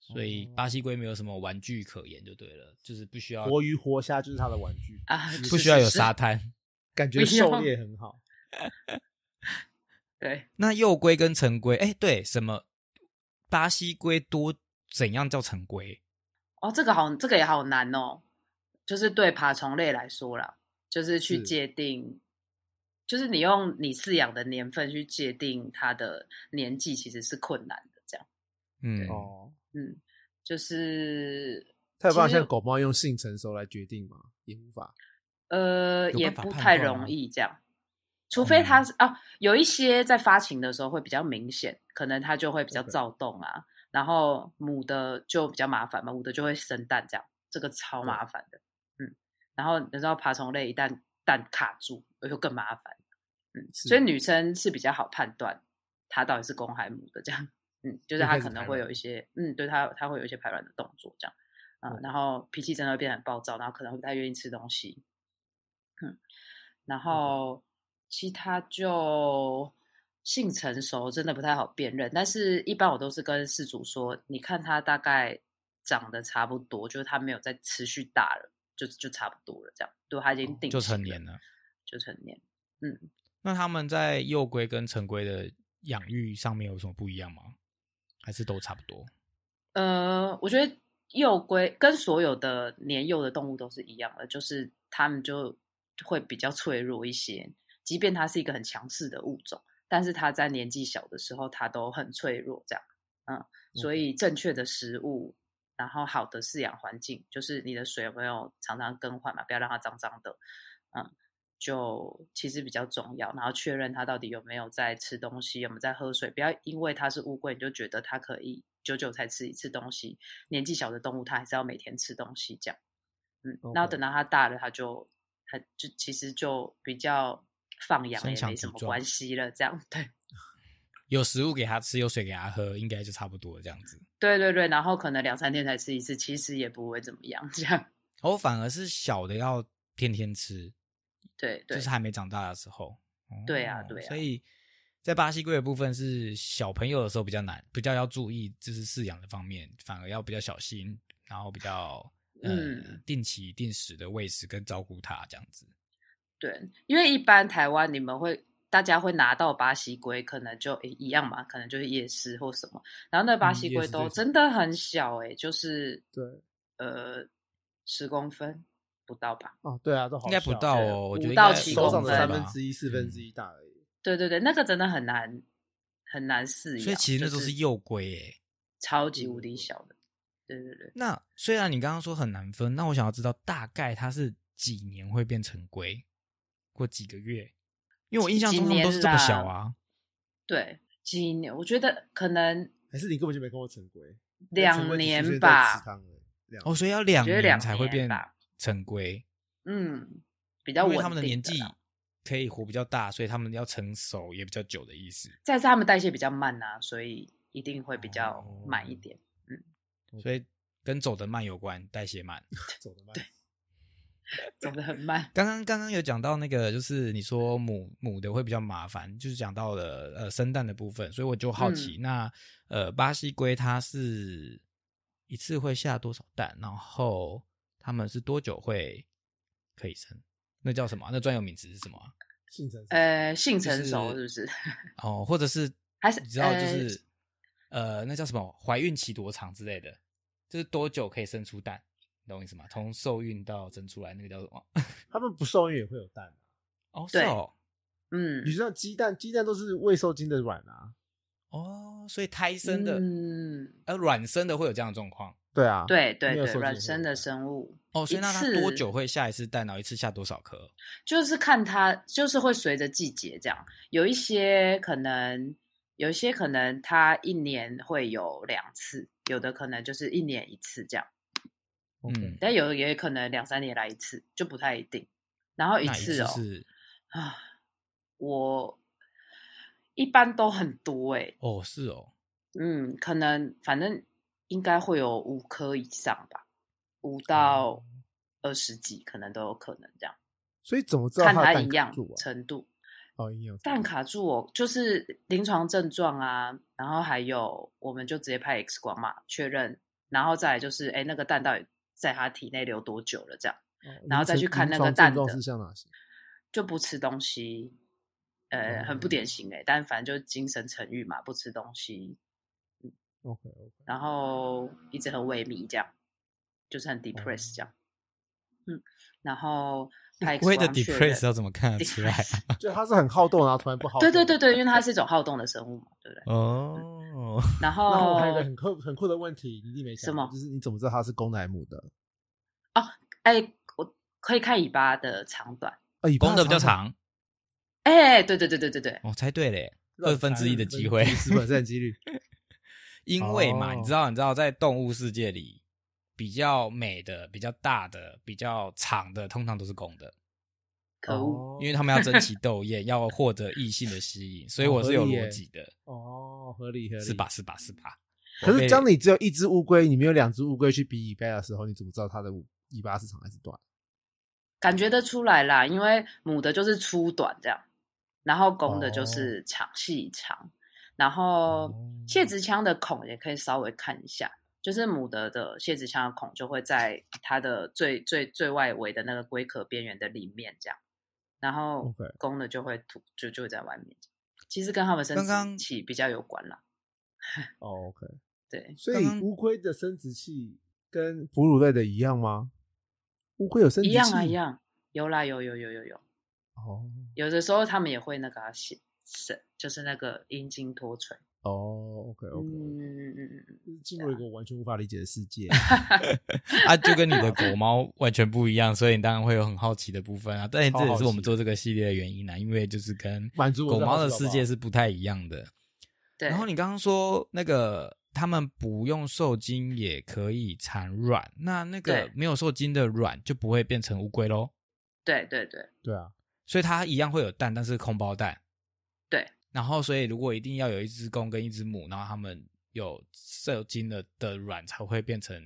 [SPEAKER 1] 所以
[SPEAKER 2] 哦
[SPEAKER 1] 巴西龟没有什么玩具可言就对了，就是不需要
[SPEAKER 2] 活鱼活虾就是它的玩具，
[SPEAKER 3] 啊，
[SPEAKER 1] 不需要有沙滩。
[SPEAKER 2] 感觉
[SPEAKER 3] 不用
[SPEAKER 2] 狩猎很好。
[SPEAKER 3] 对，
[SPEAKER 1] 那幼龟跟成龟，哎，对，什么巴西龟多怎样叫成龟？
[SPEAKER 3] 哦，这个好，这个也好难哦。就是对爬虫类来说啦，就是去
[SPEAKER 2] 是
[SPEAKER 3] 界定，就是你用你饲养的年份去界定它的年纪，其实是困难的。这样，
[SPEAKER 1] 嗯，
[SPEAKER 2] 哦，
[SPEAKER 3] 嗯，就是
[SPEAKER 2] 它有办法
[SPEAKER 3] 其实
[SPEAKER 2] 像狗猫用性成熟来决定吗？也无法。
[SPEAKER 3] 呃，
[SPEAKER 1] 有
[SPEAKER 3] 也
[SPEAKER 1] 办法
[SPEAKER 3] 不
[SPEAKER 1] 判
[SPEAKER 3] 太
[SPEAKER 1] 断吗
[SPEAKER 3] 容易这样，除非它是、啊，有一些在发情的时候会比较明显，可能它就会比较
[SPEAKER 2] OK
[SPEAKER 3] 躁动啊然后母的就比较麻烦嘛，母的就会生蛋这样，这个超麻烦的，嗯，然后你知道爬虫类一旦蛋卡住，又更麻烦，嗯，所以
[SPEAKER 2] 是
[SPEAKER 3] 女生是比较好判断它到底是公还母的这样，嗯，就是
[SPEAKER 2] 就
[SPEAKER 3] 它
[SPEAKER 2] 开
[SPEAKER 3] 可
[SPEAKER 2] 始
[SPEAKER 3] 能
[SPEAKER 2] 排
[SPEAKER 3] 会
[SPEAKER 2] 卵
[SPEAKER 3] 有一些，嗯，对它它会有一些排卵的动作这样。啊、
[SPEAKER 2] 嗯
[SPEAKER 3] 然后脾气真的会变得很暴躁，然后可能会不太愿意吃东西，嗯，然后其他就性成熟真的不太好辨认，但是一般我都是跟事主说，你看他大概长得差不多，就是他没有再持续大了，就就差不多了，这样，对，他已经定
[SPEAKER 1] 哦就
[SPEAKER 3] 型
[SPEAKER 1] 成年了。
[SPEAKER 3] 就成年。嗯
[SPEAKER 1] 那他们在幼龟跟成龟的养育上面有什么不一样吗？还是都差不多？
[SPEAKER 3] 呃，我觉得幼龟跟所有的年幼的动物都是一样的，就是它们就会比较脆弱一些，即便它是一个很强势的物种，但是它在年纪小的时候，它都很脆弱，这样，嗯，所以正确的食物，然后好的饲养环境，就是你的水有没有常常更换嘛，不要让它脏脏的，嗯。就其实比较重要，然后确认它到底有没有在吃东西，有没有在喝水，不要因为它是乌龟，你就觉得它可以久久才吃一次东西。年纪小的动物，它还是要每天吃东西这样。嗯，然后
[SPEAKER 2] OK
[SPEAKER 3] 等到它大了，它就它就其实就比较放养
[SPEAKER 1] 身
[SPEAKER 3] 了也
[SPEAKER 1] 强
[SPEAKER 3] 没
[SPEAKER 1] 体
[SPEAKER 3] 什么
[SPEAKER 1] 壮
[SPEAKER 3] 关系了，这样对。
[SPEAKER 1] 有食物给它吃，有水给它喝，应该就差不多这样子。
[SPEAKER 3] 对对对，然后可能两三天才吃一次，其实也不会怎么样。这样，
[SPEAKER 1] 我、哦反而是小的要天天吃，
[SPEAKER 3] 对对，
[SPEAKER 1] 就是还没长大的时候。哦
[SPEAKER 3] 对啊对啊
[SPEAKER 1] 所以在巴西龟的部分是小朋友的时候比较难，比较要注意就是饲养的方面，反而要比较小心，然后比较。嗯
[SPEAKER 3] 嗯，
[SPEAKER 1] 定期定时的喂食跟照顾它这样子，
[SPEAKER 3] 对，因为一般台湾你们会大家会拿到巴西龟，可能就诶一样嘛，可能就是夜市或什么。然后那巴
[SPEAKER 2] 嗯
[SPEAKER 3] 西
[SPEAKER 2] 夜
[SPEAKER 3] 龟
[SPEAKER 2] 市
[SPEAKER 3] 都
[SPEAKER 2] 最小
[SPEAKER 3] 真的很小诶、就是
[SPEAKER 2] 对，
[SPEAKER 3] 呃十公分不到吧？
[SPEAKER 2] 哦，对啊，都好
[SPEAKER 1] 应该不
[SPEAKER 2] 小
[SPEAKER 1] 到
[SPEAKER 3] 对
[SPEAKER 1] 哦，我
[SPEAKER 3] 五
[SPEAKER 1] 觉得应
[SPEAKER 3] 到
[SPEAKER 1] 该
[SPEAKER 3] 七
[SPEAKER 2] 手
[SPEAKER 1] 手掌
[SPEAKER 2] 掌的
[SPEAKER 3] 公分
[SPEAKER 1] 吧
[SPEAKER 2] 三分之一、四分之一大而已。
[SPEAKER 3] 对对对，那个真的很难很难饲养，
[SPEAKER 1] 所以其实那
[SPEAKER 3] 就
[SPEAKER 1] 都是幼龟欸诶、
[SPEAKER 3] 超级
[SPEAKER 2] 嗯
[SPEAKER 3] 无敌小的。对对对，
[SPEAKER 1] 那虽然你刚刚说很难分，那我想要知道大概它是几年会变成龟，或几个月？因为我印象中他们都是这么小啊。
[SPEAKER 3] 对，几年？我觉得可能
[SPEAKER 2] 还是你根本就没看过哎成龟？
[SPEAKER 3] 嗯两年吧，
[SPEAKER 2] 两
[SPEAKER 1] 哦，所以要两
[SPEAKER 3] 觉得两
[SPEAKER 1] 年才会变
[SPEAKER 3] 年吧
[SPEAKER 1] 成龟，
[SPEAKER 3] 嗯，比较
[SPEAKER 1] 因
[SPEAKER 3] 稳
[SPEAKER 1] 为
[SPEAKER 3] 定
[SPEAKER 1] 他们的年纪
[SPEAKER 3] 啦
[SPEAKER 1] 可以活比较大，所以他们要成熟也比较久的意思。
[SPEAKER 3] 再是他们代谢比较慢呐、所以一定会比较慢一
[SPEAKER 1] 哦
[SPEAKER 3] 点。
[SPEAKER 1] 所以跟走得慢有关，代谢慢。
[SPEAKER 2] 走的慢，
[SPEAKER 3] 走得很慢。
[SPEAKER 1] 刚刚刚刚有讲到那个，就是你说母母的会比较麻烦，就是讲到了呃生蛋的部分，所以我就好奇，
[SPEAKER 3] 嗯
[SPEAKER 1] 那呃巴西龟它是一次会下多少蛋？然后它们是多久会可以生？那叫什么啊？那专有名词是什么啊？
[SPEAKER 2] 性成熟
[SPEAKER 3] 呃，性成熟是
[SPEAKER 1] 就
[SPEAKER 3] 不是？
[SPEAKER 1] 哦，或者是
[SPEAKER 3] 还是
[SPEAKER 1] 你知道就
[SPEAKER 3] 呃
[SPEAKER 1] 是呃那叫什么怀孕期多长之类的，就是多久可以生出蛋？你懂我意思吗？从受孕到生出来，那个叫什么？
[SPEAKER 2] 他们不受孕也会有蛋。啊
[SPEAKER 1] 哦，是
[SPEAKER 3] 对
[SPEAKER 1] 哦。
[SPEAKER 3] 嗯
[SPEAKER 2] 你，知道鸡蛋，鸡蛋都是未受精的卵啊。
[SPEAKER 1] 哦，所以胎生的，
[SPEAKER 3] 嗯，
[SPEAKER 1] 呃，卵生的会有这样的状况
[SPEAKER 2] 对啊，，
[SPEAKER 3] 对对
[SPEAKER 2] 没有
[SPEAKER 3] 对，
[SPEAKER 2] 受
[SPEAKER 3] 卵
[SPEAKER 2] 精
[SPEAKER 3] 生
[SPEAKER 2] 会
[SPEAKER 3] 的
[SPEAKER 2] 有
[SPEAKER 3] 生物
[SPEAKER 1] 哦，所以
[SPEAKER 3] 一
[SPEAKER 1] 那它多
[SPEAKER 3] 次
[SPEAKER 1] 久会下一次蛋？然后一次下多少颗？
[SPEAKER 3] 就是看它，就是会随着季节这样，有一些可能，有一些可能它一年会有两次，有的可能就是一年一次这样，
[SPEAKER 1] 嗯，
[SPEAKER 3] 但有的也可能两三年来一次，就不太一定。然后一哦
[SPEAKER 1] 那一
[SPEAKER 3] 次
[SPEAKER 1] 次
[SPEAKER 3] 哦，
[SPEAKER 1] 是
[SPEAKER 3] 啊，我一般都很多诶、
[SPEAKER 1] 哦，是哦，
[SPEAKER 3] 嗯，可能反正应该会有五颗以上吧，五
[SPEAKER 2] 哦
[SPEAKER 3] 到二十几可能都有可能这样，
[SPEAKER 2] 所以怎么知道
[SPEAKER 3] 看
[SPEAKER 2] 它的蛋
[SPEAKER 3] 营
[SPEAKER 2] 卡
[SPEAKER 3] 养
[SPEAKER 2] 住啊？
[SPEAKER 3] 程度。
[SPEAKER 2] 哦，营养
[SPEAKER 3] 蛋卡住哦，就是临床症状啊，然后还有我们就直接拍 X 光嘛，确认，然后再来就是哎那个蛋到底在他体内留多久了这样。然后再去看那个蛋的
[SPEAKER 2] 是像哪些？
[SPEAKER 3] 就不吃东西，呃，很
[SPEAKER 2] 哦
[SPEAKER 3] 不典型哎、但反正就是精神沉郁嘛，不吃东西，
[SPEAKER 2] OK，
[SPEAKER 3] 然后一直很萎靡这样，就是
[SPEAKER 2] 哦
[SPEAKER 3] 很 depressed 这样，嗯，然后拍 X
[SPEAKER 1] 会的
[SPEAKER 3] 光
[SPEAKER 1] d e
[SPEAKER 3] 确
[SPEAKER 1] p r e s s 要
[SPEAKER 3] 认，
[SPEAKER 1] 怎么看得出
[SPEAKER 2] 啊
[SPEAKER 1] 来？
[SPEAKER 2] 就它是很好动，然后突然不好。
[SPEAKER 3] 对对对。对，因为它是一种好动的生物嘛，对不对？
[SPEAKER 1] 哦，
[SPEAKER 3] 然
[SPEAKER 2] 然后我还有一
[SPEAKER 3] 后
[SPEAKER 2] 个很酷很酷的问题，你一定没想到
[SPEAKER 3] 什么
[SPEAKER 2] 就是你怎么知道它是公的母的？
[SPEAKER 3] 哎，我可以看尾巴的长短，
[SPEAKER 2] 啊，
[SPEAKER 1] 公的比较
[SPEAKER 2] 长。
[SPEAKER 1] 长，
[SPEAKER 3] 哎，对对对对对对，
[SPEAKER 1] 我猜对嘞，二分之一的机会，
[SPEAKER 2] 十 percent 几率。
[SPEAKER 1] 因为嘛，
[SPEAKER 2] 哦
[SPEAKER 1] 你知道，你知道，在动物世界里，比较美的、比较大的、比较长的，通常都是公的，
[SPEAKER 3] 可
[SPEAKER 2] 哦
[SPEAKER 3] 恶，
[SPEAKER 1] 因为他们要争奇斗艳，要获得异性的吸引，所以我是有逻辑的，
[SPEAKER 2] 哦，合理合理
[SPEAKER 1] 是吧？？是吧？是吧？
[SPEAKER 2] 可
[SPEAKER 1] 我被
[SPEAKER 2] 是当你只有一只乌龟，你没有两只乌龟去比尾巴的时候，你怎么知道它的尾巴是长还是短？
[SPEAKER 3] 感觉得出来啦，因为母的就是粗短这样，然后公
[SPEAKER 1] 哦
[SPEAKER 3] 的就是长细长，然后蟹子腔的孔也可以稍微看一下，就是母的的蟹子腔的孔就会在它的最最最外围的那个龟壳边缘的里面这样，然后
[SPEAKER 2] OK
[SPEAKER 3] 公的就会吐就就会在外面，其实跟它们生
[SPEAKER 1] 刚刚
[SPEAKER 3] 殖器比较有关啦，
[SPEAKER 2] 哦，OK。
[SPEAKER 3] 对，
[SPEAKER 2] 所
[SPEAKER 1] 刚
[SPEAKER 2] 以
[SPEAKER 1] 刚
[SPEAKER 2] 乌龟的生殖器跟哺乳类的一样吗？乌龟有生殖
[SPEAKER 3] 一
[SPEAKER 2] 器
[SPEAKER 3] 样啊一。样，有啦有有有有有，
[SPEAKER 2] 哦
[SPEAKER 3] 有的时候他们也会那个啊写是就是那个阴茎脱垂。
[SPEAKER 2] 哦，OK OK，
[SPEAKER 3] 嗯嗯嗯嗯，
[SPEAKER 2] 进入一个我完全无法理解的世 界。
[SPEAKER 1] 啊，就跟你的狗猫完全不一样，所以你当然会有很好奇的部分啊。但这也是我们做这个系列的原因啦、啊因为就是跟
[SPEAKER 2] 满足我
[SPEAKER 1] 狗
[SPEAKER 2] 的好奇
[SPEAKER 1] 猫的
[SPEAKER 2] 宝宝啊
[SPEAKER 1] 世界是不太一样的。
[SPEAKER 3] 嗯对。
[SPEAKER 1] 然后你刚刚说那个他们不用受精也可以产卵，那那个
[SPEAKER 3] 对
[SPEAKER 1] 没有受精的卵就不会变成乌龟喽，
[SPEAKER 3] 对对对
[SPEAKER 2] 对啊，
[SPEAKER 1] 所以它一样会有蛋，但是空包蛋。
[SPEAKER 3] 对。
[SPEAKER 1] 然后，所以如果一定要有一只公跟一只母，然后它们有受精了的卵才会变成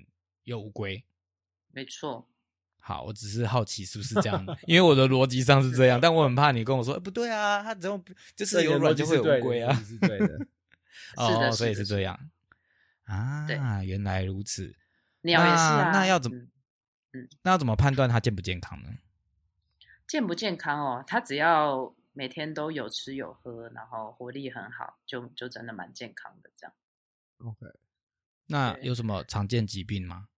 [SPEAKER 1] 有乌龟。
[SPEAKER 3] 没错，
[SPEAKER 1] 好，我只是好奇是不是这样，因为我的逻辑上是 这样，但我很怕你跟我说、哎不对啊，它只要就是有卵就会有乌龟啊。
[SPEAKER 2] 是对 的。
[SPEAKER 3] 嗯是的
[SPEAKER 1] 哦，所以
[SPEAKER 3] 是
[SPEAKER 1] 是
[SPEAKER 3] 的是的
[SPEAKER 1] 这样啊，原来如此。
[SPEAKER 3] 鸟也是啊。
[SPEAKER 1] 那要怎么
[SPEAKER 3] 嗯？
[SPEAKER 1] 那要怎么判断它健不健康呢？
[SPEAKER 3] 健不健康哦？它只要每天都有吃有喝，然后活力很好，就就真的蛮健康的。这样，
[SPEAKER 2] OK，
[SPEAKER 1] 那
[SPEAKER 3] 对
[SPEAKER 1] 有什么常见疾病吗？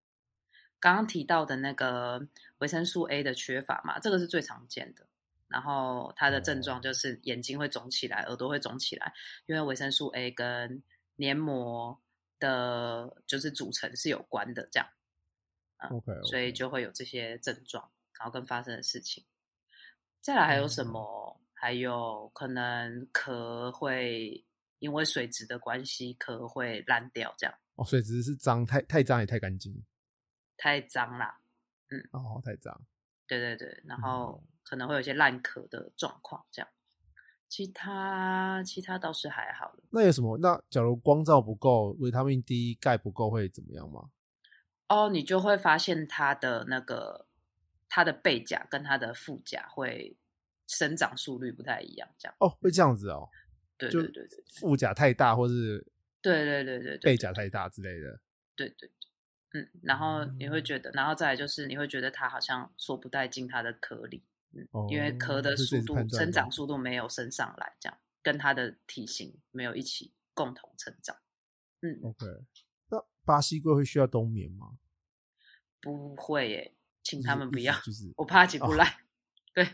[SPEAKER 3] 刚刚提到的那个维生素 A 的缺乏嘛，这个是最常见的。然后它的症状就是眼睛会肿起来，耳朵会肿起来，因为维生素 A 跟黏膜的，就是组成是有关的。这样，
[SPEAKER 2] OK，
[SPEAKER 3] 啊所以就会有这些症状，然后跟发生的事情。再来还有什么？还有可能壳会因为水质的关系，壳会烂掉，这样
[SPEAKER 2] 哦，所以只是脏，太太脏也太干净
[SPEAKER 3] 太脏啦。
[SPEAKER 2] 哦，太脏。
[SPEAKER 3] 对对对，然后
[SPEAKER 2] 嗯
[SPEAKER 3] 可能会有一些烂壳的状况，这样。其他其他倒是还好了，
[SPEAKER 2] 那有什么？那假如光照不够，维他命 D 钙不够会怎么样吗？
[SPEAKER 3] 哦，你就会发现它的那个它的背甲跟它的腹甲会生长速率不太一样，这样。
[SPEAKER 2] 哦，会这样子哦，
[SPEAKER 3] 对
[SPEAKER 2] 就
[SPEAKER 3] 对对对
[SPEAKER 2] 腹甲太大或是
[SPEAKER 3] 对对对对对，
[SPEAKER 2] 背甲太大之类的。
[SPEAKER 3] 对对对，嗯，然后你会觉得，然后再来就是你会觉得它好像缩不太进它的壳里，嗯，因为壳
[SPEAKER 2] 哦
[SPEAKER 3] 的
[SPEAKER 2] 所以这也
[SPEAKER 3] 速
[SPEAKER 2] 是
[SPEAKER 3] 度
[SPEAKER 2] 判断
[SPEAKER 3] 生
[SPEAKER 2] 的
[SPEAKER 3] 长速度没有升上来，这样跟它的体型没有一起共同成长，嗯，
[SPEAKER 2] OK，那巴西龟会需要冬眠吗？
[SPEAKER 3] 不会耶，请
[SPEAKER 2] 就是
[SPEAKER 3] 嗯他们
[SPEAKER 2] 一
[SPEAKER 3] 不
[SPEAKER 2] 直
[SPEAKER 3] 要，
[SPEAKER 2] 就是
[SPEAKER 3] 我怕起不
[SPEAKER 2] 哦
[SPEAKER 3] 来，对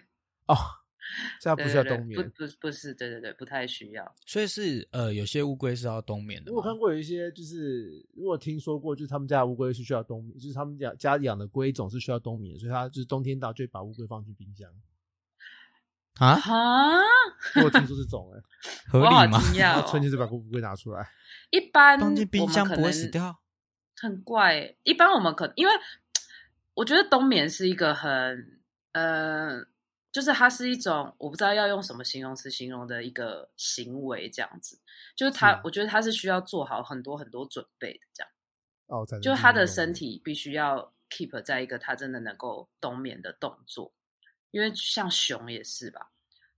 [SPEAKER 2] 哦， 现在不
[SPEAKER 3] 对
[SPEAKER 2] 需要
[SPEAKER 3] 对对，
[SPEAKER 2] 冬
[SPEAKER 3] 不
[SPEAKER 2] 眠。
[SPEAKER 3] 不不是，对对对，不太需要，
[SPEAKER 1] 所以是呃，有些乌龟是要冬眠的
[SPEAKER 2] 我有
[SPEAKER 1] 吗。
[SPEAKER 2] 看过有一些，就是我有听说过，就是他们家的乌龟是需要冬眠，就是他们家家养的龟种是需要冬眠，所以它就是冬天到就会把乌龟放去冰 箱。
[SPEAKER 1] 啊，
[SPEAKER 3] 哈，
[SPEAKER 2] 我有听说这种 哎、
[SPEAKER 1] 合
[SPEAKER 3] 我好
[SPEAKER 1] 理吗？
[SPEAKER 3] 惊
[SPEAKER 2] 然
[SPEAKER 3] 讶
[SPEAKER 2] 后 春天
[SPEAKER 3] 哦，
[SPEAKER 2] 就把乌龟拿出来。
[SPEAKER 3] 一般
[SPEAKER 1] 放进
[SPEAKER 3] 我
[SPEAKER 1] 冰
[SPEAKER 3] 们
[SPEAKER 1] 箱
[SPEAKER 3] 可
[SPEAKER 1] 不会
[SPEAKER 3] 能
[SPEAKER 1] 死掉？
[SPEAKER 3] 很怪欸、一般我们可因为我觉得冬眠是一个很呃，就是它是一种我不知道要用什么形容词形容的一个行为，这样子，就是它，
[SPEAKER 2] 是
[SPEAKER 3] 我觉得它是需要做好很多很多准备的，这样，
[SPEAKER 2] 哦，才能
[SPEAKER 3] 就是它的
[SPEAKER 2] 运
[SPEAKER 3] 身
[SPEAKER 2] 动
[SPEAKER 3] 体必须要 keep 在一个它真的能够冬眠的动作，因为像熊也是吧，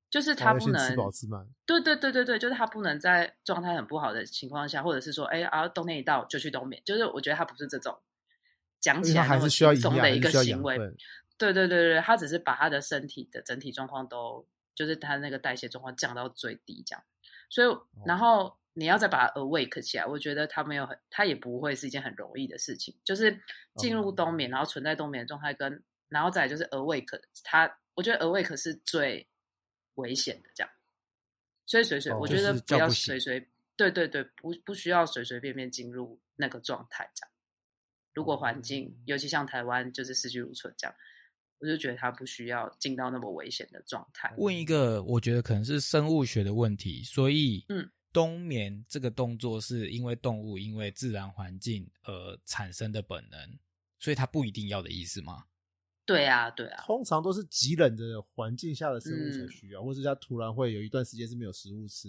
[SPEAKER 3] 就是
[SPEAKER 2] 它
[SPEAKER 3] 它
[SPEAKER 2] 要
[SPEAKER 3] 不
[SPEAKER 2] 先
[SPEAKER 3] 能
[SPEAKER 2] 吃饱吃满，
[SPEAKER 3] 对对对对对，就是他不能在状态很不好的情况下，或者是说，哎啊，冬天一到就去冬眠，就是我觉得他不是这种讲
[SPEAKER 2] 而
[SPEAKER 3] 起
[SPEAKER 2] 且它
[SPEAKER 3] 来那
[SPEAKER 2] 还
[SPEAKER 3] 么
[SPEAKER 2] 是需要
[SPEAKER 3] 轻
[SPEAKER 2] 营养，
[SPEAKER 3] 松的一
[SPEAKER 2] 还
[SPEAKER 3] 个
[SPEAKER 2] 是需要
[SPEAKER 3] 行
[SPEAKER 2] 养
[SPEAKER 3] 为。
[SPEAKER 2] 分。
[SPEAKER 3] 对对对对，他只是把他的身体的整体状况都，就是他那个代谢状况降到最低这样。所以，然
[SPEAKER 1] 哦
[SPEAKER 3] 后你要再把它 awake 起来，我觉得他没有很，他也不会是一件很容易的事情。就是进入冬
[SPEAKER 1] 哦
[SPEAKER 3] 眠，然后存在冬眠的状态跟，然后再来就是 awake，他我觉得 awake 是最危险的这样。所以水水，
[SPEAKER 2] 哦
[SPEAKER 3] 我
[SPEAKER 2] 就
[SPEAKER 3] 觉得
[SPEAKER 1] 是
[SPEAKER 3] 不
[SPEAKER 1] 叫
[SPEAKER 3] 要
[SPEAKER 1] 不醒
[SPEAKER 3] 随随，对对对，不不需要随随便便进入那个状态这样。如果环境，
[SPEAKER 1] 哦
[SPEAKER 3] 尤其像台湾，就是四居如村这样，我就觉得它不需要进到那么危险的状态。
[SPEAKER 1] 问一个，我觉得可能是生物学的问题，所以，
[SPEAKER 3] 嗯，
[SPEAKER 1] 冬眠这个动作是因为动物因为自然环境而产生的本能，所以它不一定要的意思吗？
[SPEAKER 3] 对啊，对啊，
[SPEAKER 2] 通常都是极冷的环境下的生物才
[SPEAKER 3] 嗯
[SPEAKER 2] 需要，或者它突然会有一段时间是没有食物吃，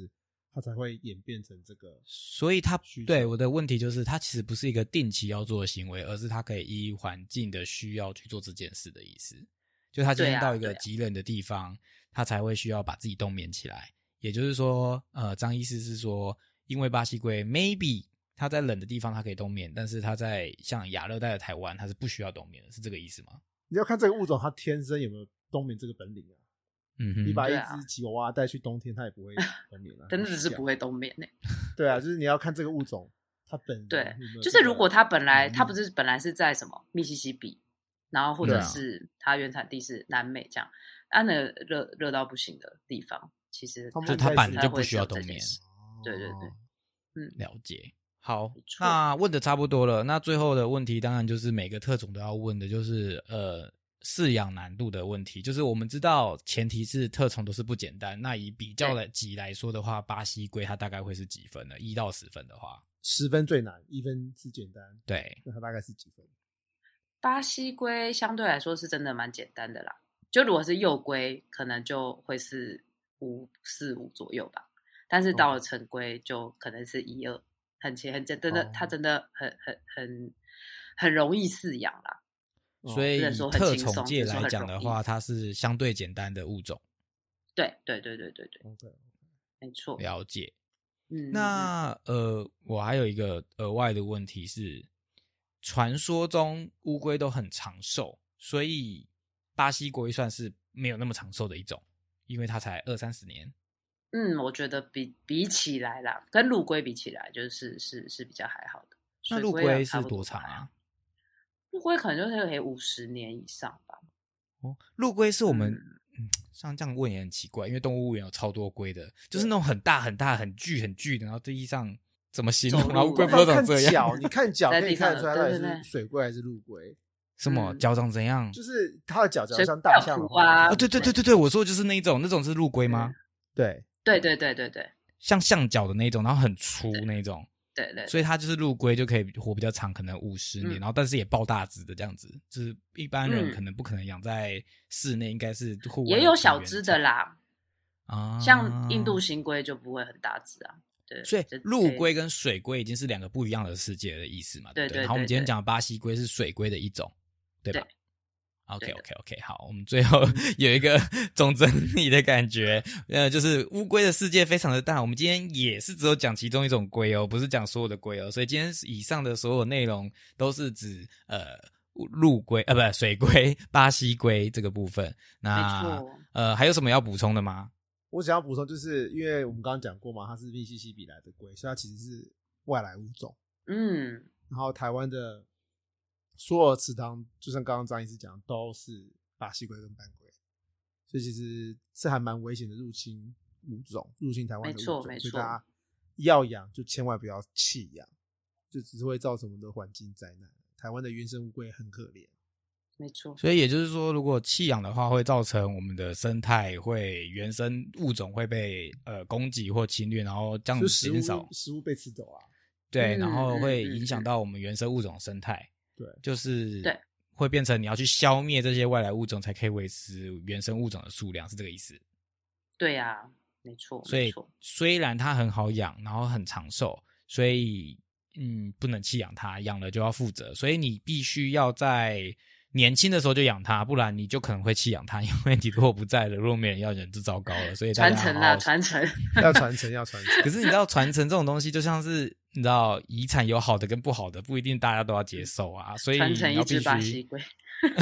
[SPEAKER 2] 它才会演变成这个。
[SPEAKER 1] 所以它
[SPEAKER 2] 需求
[SPEAKER 1] 对我的问题就是，它其实不是一个定期要做的行为，而是它可以依环境的需要去做这件事的意思。就它今
[SPEAKER 3] 对
[SPEAKER 1] 天
[SPEAKER 3] 啊
[SPEAKER 1] 到一
[SPEAKER 3] 对
[SPEAKER 1] 个
[SPEAKER 3] 啊
[SPEAKER 1] 极冷的地方，它才会需要把自己冬眠起来。也就是说，呃，张医师是说，因为巴西龟 maybe 它在冷的地方它可以冬眠，但是它在像亚热带的台湾，它是不需要冬眠的，是这个意思吗？
[SPEAKER 2] 你要看这个物种它天生有没有冬眠这个本领啊。
[SPEAKER 1] 嗯哼，
[SPEAKER 2] 你把一
[SPEAKER 3] 对啊
[SPEAKER 2] 只吉娃娃带去冬天，它也不会冬眠啊。
[SPEAKER 3] 真的是不
[SPEAKER 2] 会。
[SPEAKER 3] 会冬眠欸呢、
[SPEAKER 2] 对啊，就是你要看这个物种它本人
[SPEAKER 3] 对
[SPEAKER 2] 有没有
[SPEAKER 3] 就
[SPEAKER 2] 这
[SPEAKER 3] 是
[SPEAKER 2] 个
[SPEAKER 3] 如果它本来
[SPEAKER 2] 能
[SPEAKER 3] 它
[SPEAKER 2] 力
[SPEAKER 3] 不是本来是在什么密西西比，然后或者
[SPEAKER 1] 嗯对啊
[SPEAKER 3] 是它原产地是南美这样，啊，那热热到不行的地方，其实
[SPEAKER 2] 他们
[SPEAKER 1] 就它
[SPEAKER 2] 它
[SPEAKER 3] 不
[SPEAKER 2] 应该
[SPEAKER 1] 板
[SPEAKER 2] 是
[SPEAKER 1] 的
[SPEAKER 3] 太
[SPEAKER 1] 就
[SPEAKER 3] 会
[SPEAKER 1] 不需
[SPEAKER 3] 做
[SPEAKER 1] 要
[SPEAKER 3] 这
[SPEAKER 1] 冬
[SPEAKER 3] 件
[SPEAKER 1] 眠。
[SPEAKER 3] 事对对对
[SPEAKER 2] 哦
[SPEAKER 3] 嗯，
[SPEAKER 1] 了解。好
[SPEAKER 3] 没，错
[SPEAKER 1] 那问的差不多了。那最后的问题当然就是每个特种都要问的，就是呃饲养难度的问题。就是我们知道前提是特种都是不简单。那以比较的级来说的话，巴西龟它大概会是几分呢？一到十分的话，
[SPEAKER 2] 十分最难，一分是简单，
[SPEAKER 1] 对，
[SPEAKER 2] 那它大概是几分？
[SPEAKER 3] 巴西龟相对来说是真的蛮简单的啦，就如果
[SPEAKER 1] 嗯
[SPEAKER 3] 是幼龟，可能就会是五四五左右吧，但是
[SPEAKER 1] 哦
[SPEAKER 3] 到了成龟就可能是一二，很简很简真的，它
[SPEAKER 2] 哦
[SPEAKER 3] 真的很很很很容易饲养啦。
[SPEAKER 2] 哦
[SPEAKER 1] 所以
[SPEAKER 3] 不能
[SPEAKER 1] 以
[SPEAKER 3] 说很
[SPEAKER 1] 特
[SPEAKER 3] 轻松
[SPEAKER 1] 种界
[SPEAKER 3] 只是说
[SPEAKER 1] 来
[SPEAKER 3] 很
[SPEAKER 1] 讲的
[SPEAKER 3] 容易
[SPEAKER 1] 话，它是相对简单的物种。
[SPEAKER 3] 对对对对对对，
[SPEAKER 2] OK，
[SPEAKER 3] 没错。
[SPEAKER 1] 了解。
[SPEAKER 3] 嗯，嗯嗯
[SPEAKER 1] 那呃，我还有一个额外的问题是，传说中乌龟都很长寿，所以巴西龟算是没有那么长寿的一种，因为它才二三十年。
[SPEAKER 3] 嗯，我觉得比比起来啦，跟陆龟比起来，就是是是比较还好的。
[SPEAKER 1] 那
[SPEAKER 3] 水
[SPEAKER 1] 陆
[SPEAKER 3] 龟
[SPEAKER 1] 龟
[SPEAKER 3] 啊差
[SPEAKER 1] 是
[SPEAKER 3] 不
[SPEAKER 1] 多
[SPEAKER 3] 多
[SPEAKER 1] 长
[SPEAKER 3] 吧
[SPEAKER 1] 啊？
[SPEAKER 3] 陆龟可能就是可以五十年以上吧。
[SPEAKER 1] 哦，陆龟是我们、
[SPEAKER 3] 嗯
[SPEAKER 1] 嗯、像这样问也很奇怪，因为动物园有超多龟的，就是那种很大很大很巨很巨的，然后地上怎么形容？
[SPEAKER 3] 走路
[SPEAKER 1] 然后乌龟
[SPEAKER 3] 啊
[SPEAKER 1] 不知道怎么
[SPEAKER 2] 看
[SPEAKER 1] 这
[SPEAKER 2] 脚，
[SPEAKER 1] 样，
[SPEAKER 2] 你看脚
[SPEAKER 3] 在
[SPEAKER 2] 可以
[SPEAKER 3] 地
[SPEAKER 2] 看
[SPEAKER 3] 上
[SPEAKER 2] 得出来
[SPEAKER 3] 对
[SPEAKER 2] 到底
[SPEAKER 3] 对对
[SPEAKER 2] 是水龟还是陆龟，
[SPEAKER 1] 什么
[SPEAKER 3] 嗯
[SPEAKER 1] 脚长怎样？
[SPEAKER 2] 就是它的脚脚
[SPEAKER 3] 水
[SPEAKER 2] 像
[SPEAKER 3] 龟
[SPEAKER 2] 大
[SPEAKER 3] 有
[SPEAKER 2] 象的
[SPEAKER 3] 腹
[SPEAKER 2] 话
[SPEAKER 3] 啊
[SPEAKER 1] 哦，对对对对对，我说的就是那一种，那种是陆龟吗？
[SPEAKER 2] 对，
[SPEAKER 3] 对对对对对
[SPEAKER 1] 像象脚的那种，然后很粗那种。
[SPEAKER 3] 对对，
[SPEAKER 1] 所以它就是陆龟就可以活比较长，可能五十年，
[SPEAKER 3] 嗯
[SPEAKER 1] 然后但是也抱大只的这样子，就是一般人
[SPEAKER 3] 嗯
[SPEAKER 1] 可能不可能养在室内，应该是户外
[SPEAKER 3] 也有小只的啦，
[SPEAKER 1] 啊，
[SPEAKER 3] 像印度。新龟就不会很大只啊。对，
[SPEAKER 1] 所以
[SPEAKER 3] 就
[SPEAKER 1] 陆
[SPEAKER 3] 可
[SPEAKER 1] 龟跟水龟已经是两个不一样的世界的意思嘛，
[SPEAKER 3] 对
[SPEAKER 1] 不
[SPEAKER 3] 对
[SPEAKER 1] 然后我们
[SPEAKER 3] 对
[SPEAKER 1] 今天
[SPEAKER 3] 对
[SPEAKER 1] 讲的巴西龟是水龟的一种，对吧
[SPEAKER 3] 对
[SPEAKER 1] o k
[SPEAKER 3] 对的嗯
[SPEAKER 1] OK OK，好，我们最后 有一个总整理的感觉，呃，就是乌龟的世界非常的大，我们今天也是只有讲其中一种龟哦，不是讲所有的龟哦，所以今天以上的所有内容都是指呃陆龟呃不水龟、巴西龟这个部分。
[SPEAKER 3] 没
[SPEAKER 1] 那
[SPEAKER 3] 错
[SPEAKER 1] 呃还有什么要补充的吗？
[SPEAKER 2] 我想要补充，就是因为我们刚刚讲过嘛，它是密西西比来的龟，所以它其实是外来物种。
[SPEAKER 3] 嗯
[SPEAKER 2] 然后台湾的所有池塘，就像刚刚张医师讲，都是巴西龟跟斑龟，所以其实是还蛮危险的入侵物种，入侵台湾的物种，
[SPEAKER 3] 没错没
[SPEAKER 2] 所以
[SPEAKER 3] 错
[SPEAKER 2] 大家要养就千万不要弃养，就只是会造成我们的环境灾难。台湾的原生乌龟很可怜，
[SPEAKER 3] 没错，
[SPEAKER 1] 所以也就是说，如果弃养的话，会造成我们的生态会原生物种会被呃攻击或侵略，然后这样
[SPEAKER 2] 就食
[SPEAKER 1] 减少
[SPEAKER 2] 物食物被吃走啊，
[SPEAKER 1] 对，然
[SPEAKER 3] 嗯
[SPEAKER 1] 后
[SPEAKER 3] 嗯
[SPEAKER 1] 会
[SPEAKER 3] 嗯
[SPEAKER 1] 影响
[SPEAKER 3] 嗯
[SPEAKER 1] 到我们原生物种生态。
[SPEAKER 2] 对
[SPEAKER 1] 就是
[SPEAKER 3] 对
[SPEAKER 1] 会变成你要去消灭这些外来物种，才可以维持原生物种的数量，是这个意思。
[SPEAKER 3] 对呀、没错，
[SPEAKER 1] 所
[SPEAKER 3] 没
[SPEAKER 1] 以
[SPEAKER 3] 错，
[SPEAKER 1] 虽然它很好养，然后很长寿，所以嗯，不能弃养它，养了就要负责，所以你必须要在年轻的时候就养它，不然你就可能会弃养 它，因为你如果不在了，如果没人要人，就糟糕了。所以大
[SPEAKER 3] 传
[SPEAKER 1] 家
[SPEAKER 3] 承
[SPEAKER 1] 好
[SPEAKER 3] 啊，
[SPEAKER 1] 好
[SPEAKER 3] 传承。
[SPEAKER 2] 要传承，要传承。
[SPEAKER 1] 可是你知道，传承这种东西就像是你知道，遗产有好的跟不好的，不一定大家都要接受啊。所以
[SPEAKER 3] 传承
[SPEAKER 1] 你要
[SPEAKER 3] 一只
[SPEAKER 1] 必
[SPEAKER 3] 巴西
[SPEAKER 1] 须
[SPEAKER 3] 龟，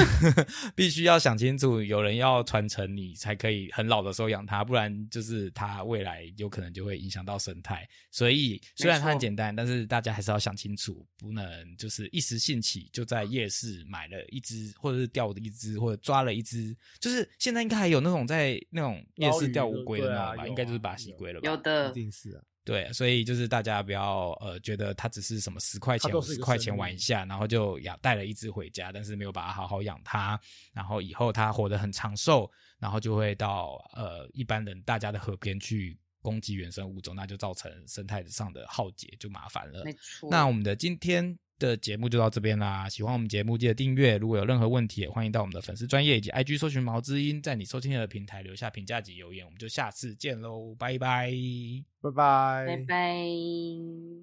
[SPEAKER 1] 必须要想清楚，有人要传承你，才可以很老的时候养它，不然就是它未来有可能就会影响到生态。所以虽然它很
[SPEAKER 3] 没错
[SPEAKER 1] 简单，但是大家还是要想清楚，不能就是一时兴起就在夜市买了一只，或者是钓了一只，或者抓了一只。就是现在应该还有那种在那种夜
[SPEAKER 2] 捞
[SPEAKER 1] 市
[SPEAKER 2] 鱼
[SPEAKER 1] 钓
[SPEAKER 2] 的
[SPEAKER 1] 乌龟的
[SPEAKER 2] 对
[SPEAKER 1] 那
[SPEAKER 2] 啊
[SPEAKER 1] 种吧，
[SPEAKER 2] 有
[SPEAKER 1] 应该就是
[SPEAKER 2] 啊
[SPEAKER 1] 巴西
[SPEAKER 2] 有
[SPEAKER 1] 龟了吧？
[SPEAKER 3] 有
[SPEAKER 2] 一
[SPEAKER 3] 的
[SPEAKER 2] 定是啊，
[SPEAKER 1] 对，所以就是大家不要呃觉得它只是什么十块
[SPEAKER 2] 它
[SPEAKER 1] 钱、
[SPEAKER 2] 都
[SPEAKER 1] 五
[SPEAKER 2] 是一
[SPEAKER 1] 十
[SPEAKER 2] 个
[SPEAKER 1] 块
[SPEAKER 2] 生
[SPEAKER 1] 钱玩一
[SPEAKER 2] 命
[SPEAKER 1] 下，然后就养带了一只回家，但是没有把它好好养它，然后以后它活得很长寿，然后就会到呃一般人大家的河边去攻击原生物种，那就造成生态上的浩劫，就麻烦了
[SPEAKER 3] 没。错。
[SPEAKER 1] 那我们的今天的节目就到这边啦。喜欢我们节目记得订阅，如果有任何问题，也欢迎到我们的粉丝专业以及 IG 搜寻毛知音，在你收听的平台留下评价及留言。我们就下次见喽，拜拜。
[SPEAKER 2] 拜拜，
[SPEAKER 3] 拜拜。